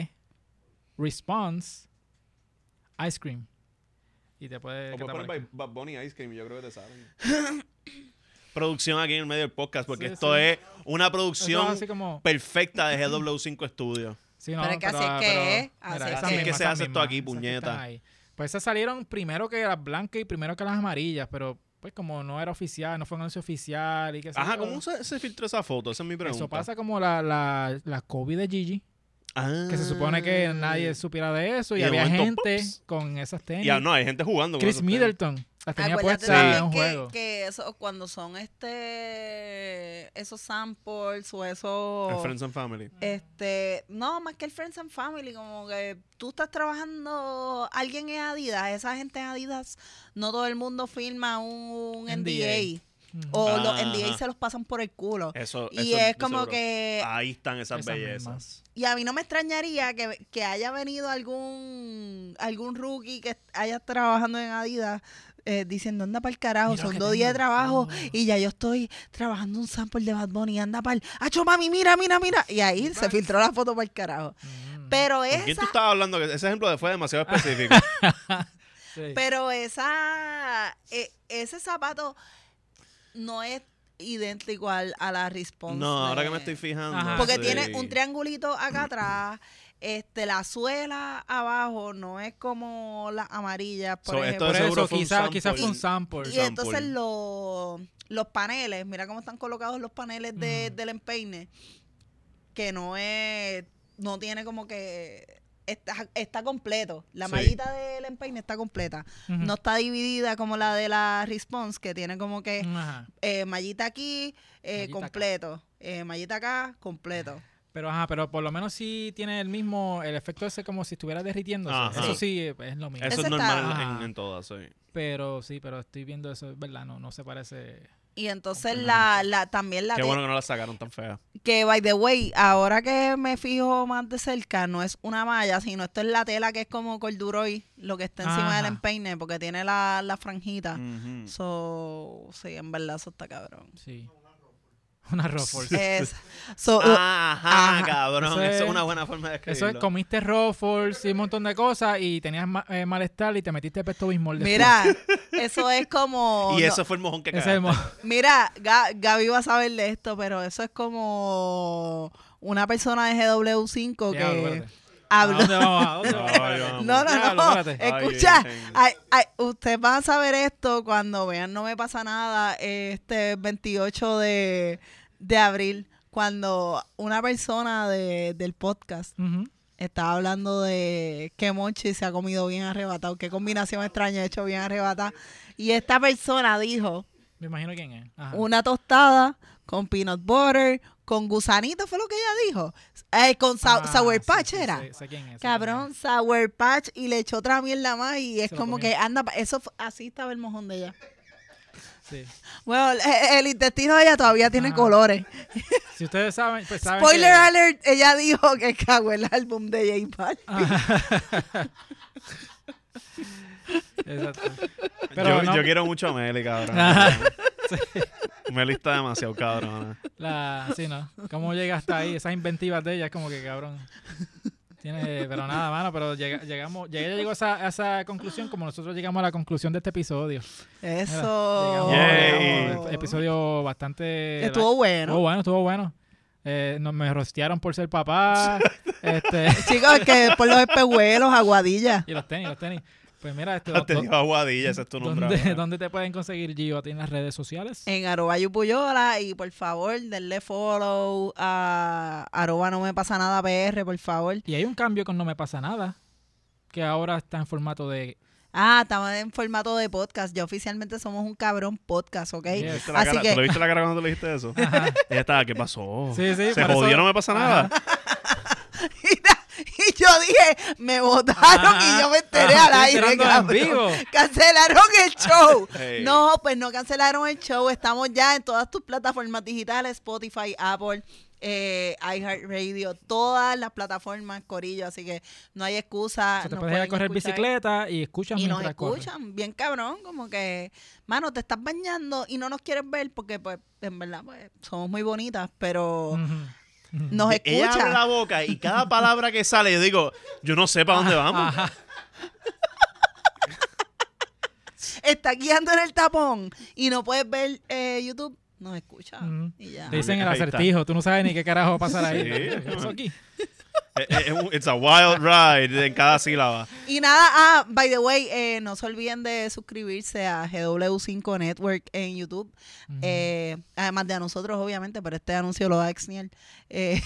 S1: Response Ice Cream. Y te puede.
S3: O
S1: que te
S3: puedes poner
S1: aparezca.
S3: Bad- Bad Bunny Ice Cream, yo creo que te salen. producción aquí en el medio del podcast, porque
S1: Sí,
S3: esto
S1: sí.
S3: es una
S1: Eso es
S3: producción
S1: así como.
S3: perfecta de GW5 Studio.
S1: Sí, no,
S2: Pero es que así es que es, así
S1: mira,
S2: es
S1: esas
S2: que es.
S1: mismas,
S2: Que
S3: se
S1: esas
S3: hace esto
S1: mismas,
S3: aquí,
S1: esas que
S3: puñeta.
S1: están ahí. Pues esas salieron primero que las blancas y primero que las amarillas, pero pues como no era oficial, no fue un anuncio oficial y que
S3: Ajá, ¿cómo se, se filtró esa foto? Esa es mi pregunta.
S1: Eso pasa como la, la, la COVID de Gigi, que se supone que
S3: Ah.
S1: nadie supiera de eso y,
S3: Y de
S1: había
S3: momento,
S1: gente
S3: ¡pups!
S1: con esas tenis.
S3: Ya, no, hay gente jugando. con
S1: Chris
S3: esos tenis.
S1: Middleton las tenía
S2: Acuérdate
S1: puestas
S2: también
S1: en un
S2: que,
S1: juego.
S2: que eso, cuando son este esos samples o
S3: En
S2: esos
S3: Friends and Family.
S2: Este, no, más que el Friends and Family, como que tú estás trabajando, alguien es Adidas, esa gente es Adidas, no todo el mundo firma un NDA,
S1: NDA. Ujú.
S2: o
S3: Ah,
S2: los NDA
S3: ajá.
S2: se los pasan por el culo.
S3: Eso,
S2: y
S3: eso
S2: es
S3: de
S2: como
S3: seguro.
S2: que,
S3: Ahí están esas,
S1: Esas
S3: bellezas.
S1: mismas.
S2: y a mí no me extrañaría que, que haya venido algún algún rookie que haya trabajando en Adidas eh, diciendo, anda para el carajo,
S1: Mira lo
S2: son
S1: que
S2: dos días de
S1: tengo".
S2: trabajo
S1: Oh.
S2: y ya yo estoy trabajando un sample de Bad Bunny, anda para el, acho mami, mira, mira, mira. Y ahí se filtró la foto para el carajo.
S1: Mm,
S2: Pero
S3: ¿Con quién
S2: esa
S3: tú estabas hablando? Que Ese ejemplo de fue demasiado
S1: Ah,
S3: específico.
S1: sí.
S2: Pero esa e- ese zapato no es idéntico al, a la response.
S3: no, ahora que me
S2: de-
S3: estoy fijando.
S1: Ajá.
S2: Porque
S3: sí.
S2: tiene un triangulito acá atrás, este la suela abajo no es como la amarilla, por
S3: So, esto
S2: ejemplo.
S1: Por
S3: Seguro
S1: eso,
S3: fue un
S1: quizás quizá
S3: sample.
S1: fue un sample.
S2: Y entonces
S3: sample.
S2: los los paneles, mira cómo están colocados los paneles de-
S1: Ujú.
S2: del empeine, que no es no tiene como que está, está completo. La
S3: Sí.
S2: mallita del empeine está completa
S1: Ujú.
S2: no está dividida como la de la response que tiene como que
S1: Ajá.
S2: eh, mallita aquí eh,
S1: Mallita acá.
S2: completo eh, mallita acá completo
S1: Pero ajá, pero por lo menos sí tiene el mismo, el efecto ese como si estuviera derritiéndose.
S3: Ajá.
S1: Eso sí eh, es lo mismo.
S3: Eso
S2: Ese
S3: es
S2: está-
S3: normal
S1: Ajá.
S3: en, en todas, sí.
S1: Pero sí, pero estoy viendo eso, es verdad, no, no se parece.
S2: y entonces la,
S1: Completamente.
S2: la también la
S3: Qué
S2: te-
S3: bueno que no la sacaron tan fea.
S2: que by the way ahora que me fijo más de cerca no es una malla sino esto es la tela que es como corduroy lo que está encima del
S1: Ajá. Mm.
S2: empeine porque tiene la, la franjita
S3: Ujú.
S2: so sí en verdad eso está cabrón
S1: Sí. Ah, Una Raw Force.
S2: Es- so,
S3: Ah, Ajá,
S2: Ajá.
S1: Eso
S3: cabrón. Eso es
S1: es-
S3: una buena forma de
S1: Eso
S3: escribirlo.
S1: es, comiste Raw Force y un montón de cosas y tenías ma- eh, malestar y te metiste Pepto Bismol después.
S2: uh, mira, eso es como...
S3: Y
S2: no,
S3: eso fue el mojón que
S1: Ese es
S3: cagaste.
S1: el mo-
S2: Mira, Ga- Gaby va a saber de esto, pero eso es como una persona de GW5 que
S1: Diablo, espérate. Ah, ¿A
S2: habló.
S1: dónde vamos? ¿A dónde vamos?
S3: Ay, vamos.
S2: No, no,
S1: Diablo,
S2: no.
S1: espérate.
S2: Escucha,
S3: Ay, virgen.
S2: ay, ay, ustedes van a saber esto cuando vean No Me Pasa Nada este 28 de, de abril, cuando una persona de, del podcast
S1: Ujú.
S2: estaba hablando de que Monchi se ha comido bien arrebatado, qué combinación extraña ha hecho bien arrebatado. Y esta persona dijo
S1: Me imagino quién es. Ajá.
S2: una tostada con peanut butter, con gusanito, fue lo que ella dijo. Eh, con sa-
S1: Ah,
S2: sour
S1: sí,
S2: patch
S1: sí,
S2: era.
S1: sé- sé quién es, sé quién
S2: Cabrón,
S1: es.
S2: Sour Patch y le echó otra mierda más y es
S1: Se lo
S2: como
S1: comió.
S2: que anda, pa- eso fu- así estaba el mojón de ella.
S1: Sí.
S2: Bueno, el, el intestino de ella todavía tiene
S1: Ajá.
S2: colores.
S1: Si ustedes saben, pues saben.
S2: Spoiler
S1: que-
S2: alert, ella dijo que cagó el álbum de J Balvin.
S1: Exacto.
S3: yo,
S1: Pero no-
S3: yo quiero mucho a Meli, cabrón.
S1: Ajá.
S3: Meli está demasiado cabrona.
S1: La, sí, ¿no? ¿Cómo llega hasta ahí? Esas inventivas de ella es como que cabrón. Tiene, pero nada, mano, pero llega- llegamos, ella llegó a esa, a esa conclusión como nosotros llegamos a la conclusión de este episodio. Mira,
S2: Eso.
S3: Yay.
S1: llegamos, episodio Oh. bastante...
S2: Estuvo
S1: Estuvo
S2: bueno.
S1: bueno, estuvo bueno. Eh, nos, me rostearon por ser papá. este,
S2: Chicos, que por los espejuelos, aguadilla.
S1: y los tenis, los tenis. Pues mira, este,
S3: Te
S1: do-
S3: dijo aguadilla, ese es tu nombre.
S1: ¿dónde,
S3: ahora.
S1: dónde te pueden conseguir Gio? ¿A ti en las redes sociales?
S2: en arroba yupuyola y por favor denle follow a arroba no me pasa nada PR por favor
S1: Y hay un cambio con No Me Pasa Nada, que ahora está en formato de...
S2: ah estamos en formato de podcast ya oficialmente somos un cabrón podcast ok
S1: Yes.
S3: ¿Tú viste la
S2: Así
S3: cara-
S2: que-
S3: ¿Tú le viste la cara cuando le dijiste eso? Ella estaba, ¿qué pasó?
S1: Sí, sí,
S3: Se
S1: por eso-
S3: jodió, no me pasa nada.
S2: Mira, y yo dije me votaron
S1: Ajá.
S2: y yo me enteré
S1: Ah,
S2: al
S1: estoy
S2: aire
S1: entrando
S2: cabrón.
S1: en vivo.
S2: cancelaron el show
S3: Hey.
S2: no pues no cancelaron el show estamos ya en todas tus plataformas digitales Spotify Apple eh, iHeartRadio todas las plataformas corillo así que no hay
S1: O
S2: excusa
S1: sea, te
S2: nos
S1: puedes ir a
S2: pueden
S1: correr
S2: escuchar.
S1: bicicleta y escuchas
S2: y nos
S1: mientras corres.
S2: escuchan bien cabrón como que mano te estás bañando y no nos quieres ver porque pues en verdad pues, somos muy bonitas pero
S1: Mm. Ujú. Ujú.
S2: nos
S3: Ella abre la
S2: escucha
S3: boca y cada palabra que sale, yo digo, yo no sé para dónde vamos.
S1: Ajá.
S2: está guiando en el tapón y no puedes ver eh, YouTube nos escucha
S1: Ujú.
S2: y ya
S1: Te dicen el
S3: Ahí está.
S1: acertijo, tú no sabes ni qué carajo va a pasar ahí.
S3: Sí,
S1: ¿Qué pasó
S3: man.
S1: aquí?
S3: Eh, eh, It's a wild ride en cada sílaba.
S2: y nada ah by the way eh, no se olviden de suscribirse a GW5 Network en YouTube
S1: Ujú.
S2: Eh, además de a nosotros, obviamente, pero este anuncio lo da Exniel. Eh,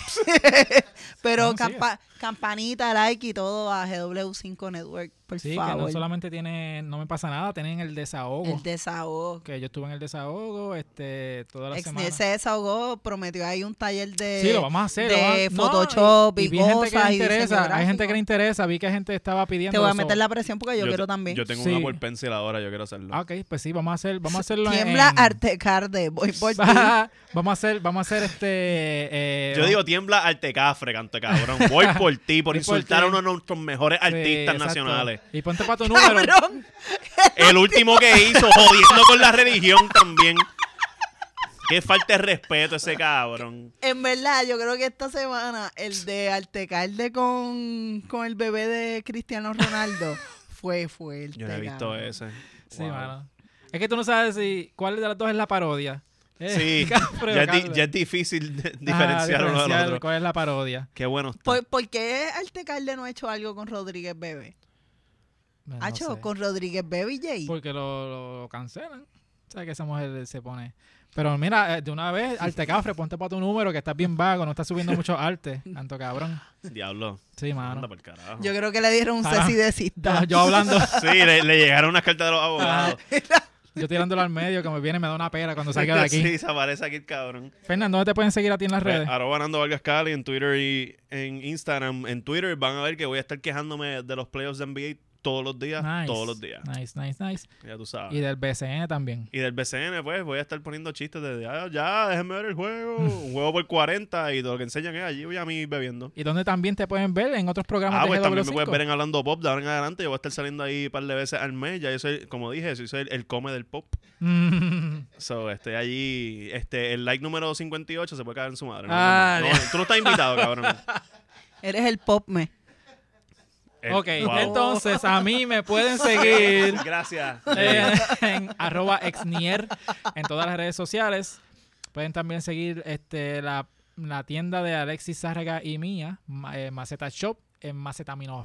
S2: pero
S1: No, sigue.
S2: campa- campanita, like y todo a GW5 Network, por
S1: sí, que no
S2: favor.
S1: solamente tienen No Me Pasa Nada, tienen el desahogo.
S2: el desahogo.
S1: Que yo estuve en el desahogo este, toda la semana.
S2: Exniel se desahogó, prometió ahí un taller de...
S1: Sí, lo vamos a hacer. lo
S2: de
S1: vamos a- No,
S2: Photoshop y
S1: vi gente que
S2: cosas
S1: le
S2: y diseño
S1: interesa. Hay gente
S2: gráfico.
S1: que le interesa. Vi que gente estaba pidiendo.
S2: Te voy a
S1: eso.
S2: meter la presión porque yo,
S3: te-
S2: quiero también.
S3: Yo tengo
S1: Sí.
S3: una por pencil ahora, yo quiero hacerlo.
S1: Ah, ok, pues sí, vamos a hacer, vamos a hacerlo
S2: Tiembla
S1: en...
S2: Artecarde, voy por ti.
S1: vamos a hacer, vamos a hacer este... eh,
S3: yo digo, tiembla altecafre, canto de cabrón. Voy por ti, por
S1: Voy por
S3: insultar
S1: ti.
S3: a uno de nuestros mejores
S1: sí,
S3: artistas
S1: exacto.
S3: nacionales. Ah,
S1: Y ponte para tu número.
S2: Cabrón,
S3: El último que hizo, jodiendo con la religión también. Qué falta de respeto ese cabrón.
S2: en verdad, yo creo que esta semana el de Artecarde con, con el bebé de Cristiano Ronaldo fue fuerte.
S3: Yo no he visto
S2: cabrón.
S3: ese.
S1: Este Sí,
S3: Wow.
S1: mano. Es que tú no sabes si cuál de las dos es la parodia. Eh,
S3: Sí,
S1: Caprio,
S3: ya, es di-
S1: Carlos.
S3: ya es difícil de-
S1: Ajá,
S3: diferenciar uno
S1: diferenciar
S3: del otro.
S1: cuál es la parodia.
S3: Qué bueno está.
S2: ¿Por, por qué Artecarde no ha hecho algo con Rodríguez Bebe?
S1: No
S2: ha hecho
S1: sé.
S2: con Rodríguez Bebe y Jay.
S1: Porque lo, lo- lo cancelan. O sea, que esa mujer se pone... Pero mira, eh, de una vez, Arte Cafre, ponte para tu número, que estás bien vago, no estás subiendo mucho arte, tanto cabrón.
S3: Diablo.
S1: Sí,
S3: Anda
S1: mano.
S3: por carajo.
S2: Yo creo que le dieron un
S1: Ah.
S2: ceci de cita.
S1: Yo- yo hablando...
S3: Sí, le, le llegaron unas cartas de los abogados.
S1: Ah, Yo tirándolo al medio, que me viene, me da una pera cuando salga de aquí.
S3: Sí, se aparece aquí el cabrón.
S1: Fernando, ¿dónde te pueden seguir a ti en las redes?
S3: Pues, Arroba Nando Vargas Cali en Twitter y en Instagram. En Twitter van a ver que voy a estar quejándome de los playoffs de NBA todos los días,
S1: Nice.
S3: todos los días. Ah.
S1: Nice, nice, nice.
S3: Ya tú sabes.
S1: Y del BCN también.
S3: Y del BCN, pues, voy a estar poniendo chistes de, "Ah, ya, déjenme ver el juego. Un juego por 40 y todo lo que enseñan es allí voy a mí bebiendo.
S1: Y donde también te pueden ver en otros programas
S3: Ah,
S1: de
S3: pues también me
S1: GW5.
S3: puedes ver en Hablando Pop de ahora en adelante. Yo voy a estar saliendo ahí un par de veces al mes. Ya yo soy, como dije, yo soy el, el come del pop.
S1: Mm.
S3: So, este, allí, este, el like número 58 se puede caer en su madre. No,
S1: Ah,
S3: no, no, tú no estás invitado, cabrón.
S2: Eres el pop me.
S3: El-
S1: ok,
S3: wow.
S1: entonces a mí me pueden seguir
S3: Gracias.
S1: eh, en arroba exnier en todas las redes sociales. Pueden también seguir este, la, la tienda de Alexis Zárraga y mía, Ma- eh, Maceta Shop, en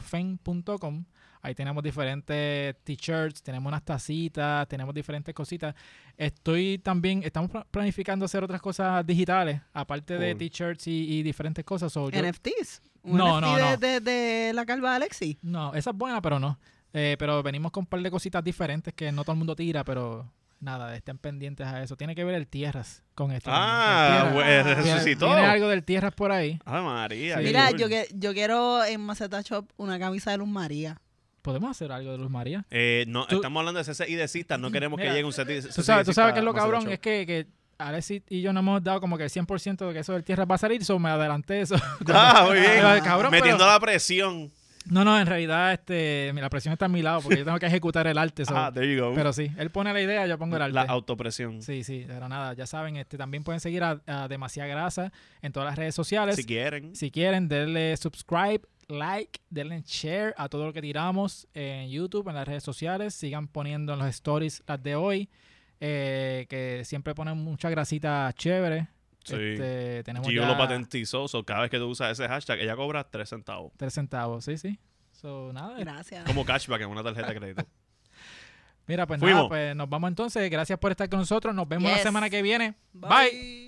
S1: macetaminofen.com. Ahí tenemos diferentes t-shirts, tenemos unas tacitas, tenemos diferentes cositas. Estoy también, estamos pla- planificando hacer otras cosas digitales, aparte de
S3: Cool.
S1: t-shirts y, y diferentes cosas. So, yo-
S2: NFTs. Un
S1: No,
S2: NFT
S1: no,
S2: de,
S1: no.
S2: de- de la calva de Alexi.
S1: No, esa es buena, pero no. Eh, pero venimos con un par de cositas diferentes que no todo el mundo tira, pero nada, estén pendientes a eso. Tiene que ver el Tierras con esto.
S3: Ah,
S1: también.
S3: pues
S1: El Tierras.
S3: resucitó.
S1: Tiene algo del Tierras por ahí.
S3: Ah, María.
S1: Sí.
S3: qué
S2: Mira,
S3: cool.
S2: yo, que- yo quiero en Maceta Shop una camisa de Luz María.
S1: Podemos hacer algo de Luz María.
S3: Eh, no,
S1: Tú-
S3: estamos hablando de CC y de Cista, no queremos
S1: Mira,
S3: que llegue un CC
S1: Tú sabes, tú sabes que es lo cabrón, es que, que Alexis y yo no hemos dado como que el 100% de que eso del Tierras va a salir, so me adelanté eso.
S3: Ah, muy bien.
S1: Pero, eh. cabrón,
S3: Metiendo
S1: pero-
S3: la presión.
S1: No, no, en realidad este, la presión está a mi lado porque yo tengo que ejecutar el arte. so-
S3: Ah, there you go.
S1: pero sí, él pone la idea, yo pongo el arte.
S3: la autopresión.
S1: Sí, sí, pero nada, ya saben, este también pueden seguir a, a Demasiada Grasa en todas las redes sociales.
S3: Si quieren.
S1: Si quieren, denle subscribe, like, denle share a todo lo que tiramos en YouTube, en las redes sociales. Sigan poniendo en los stories las de hoy, eh, que siempre ponen mucha grasita chévere.
S3: Sí.
S1: Este, tenemos
S3: Gio
S1: ya
S3: lo patentizó, so cada vez que tú usas ese hashtag, ella cobra 3 centavos.
S1: tres centavos, sí, sí. So, nada,
S2: Gracias.
S3: Como cashback en una tarjeta de crédito.
S1: mira, pues nada,
S3: Fuimos.
S1: pues nos vamos entonces. Gracias por estar con nosotros. Nos vemos la
S2: Yes.
S1: semana que viene. Bye.
S2: Bye.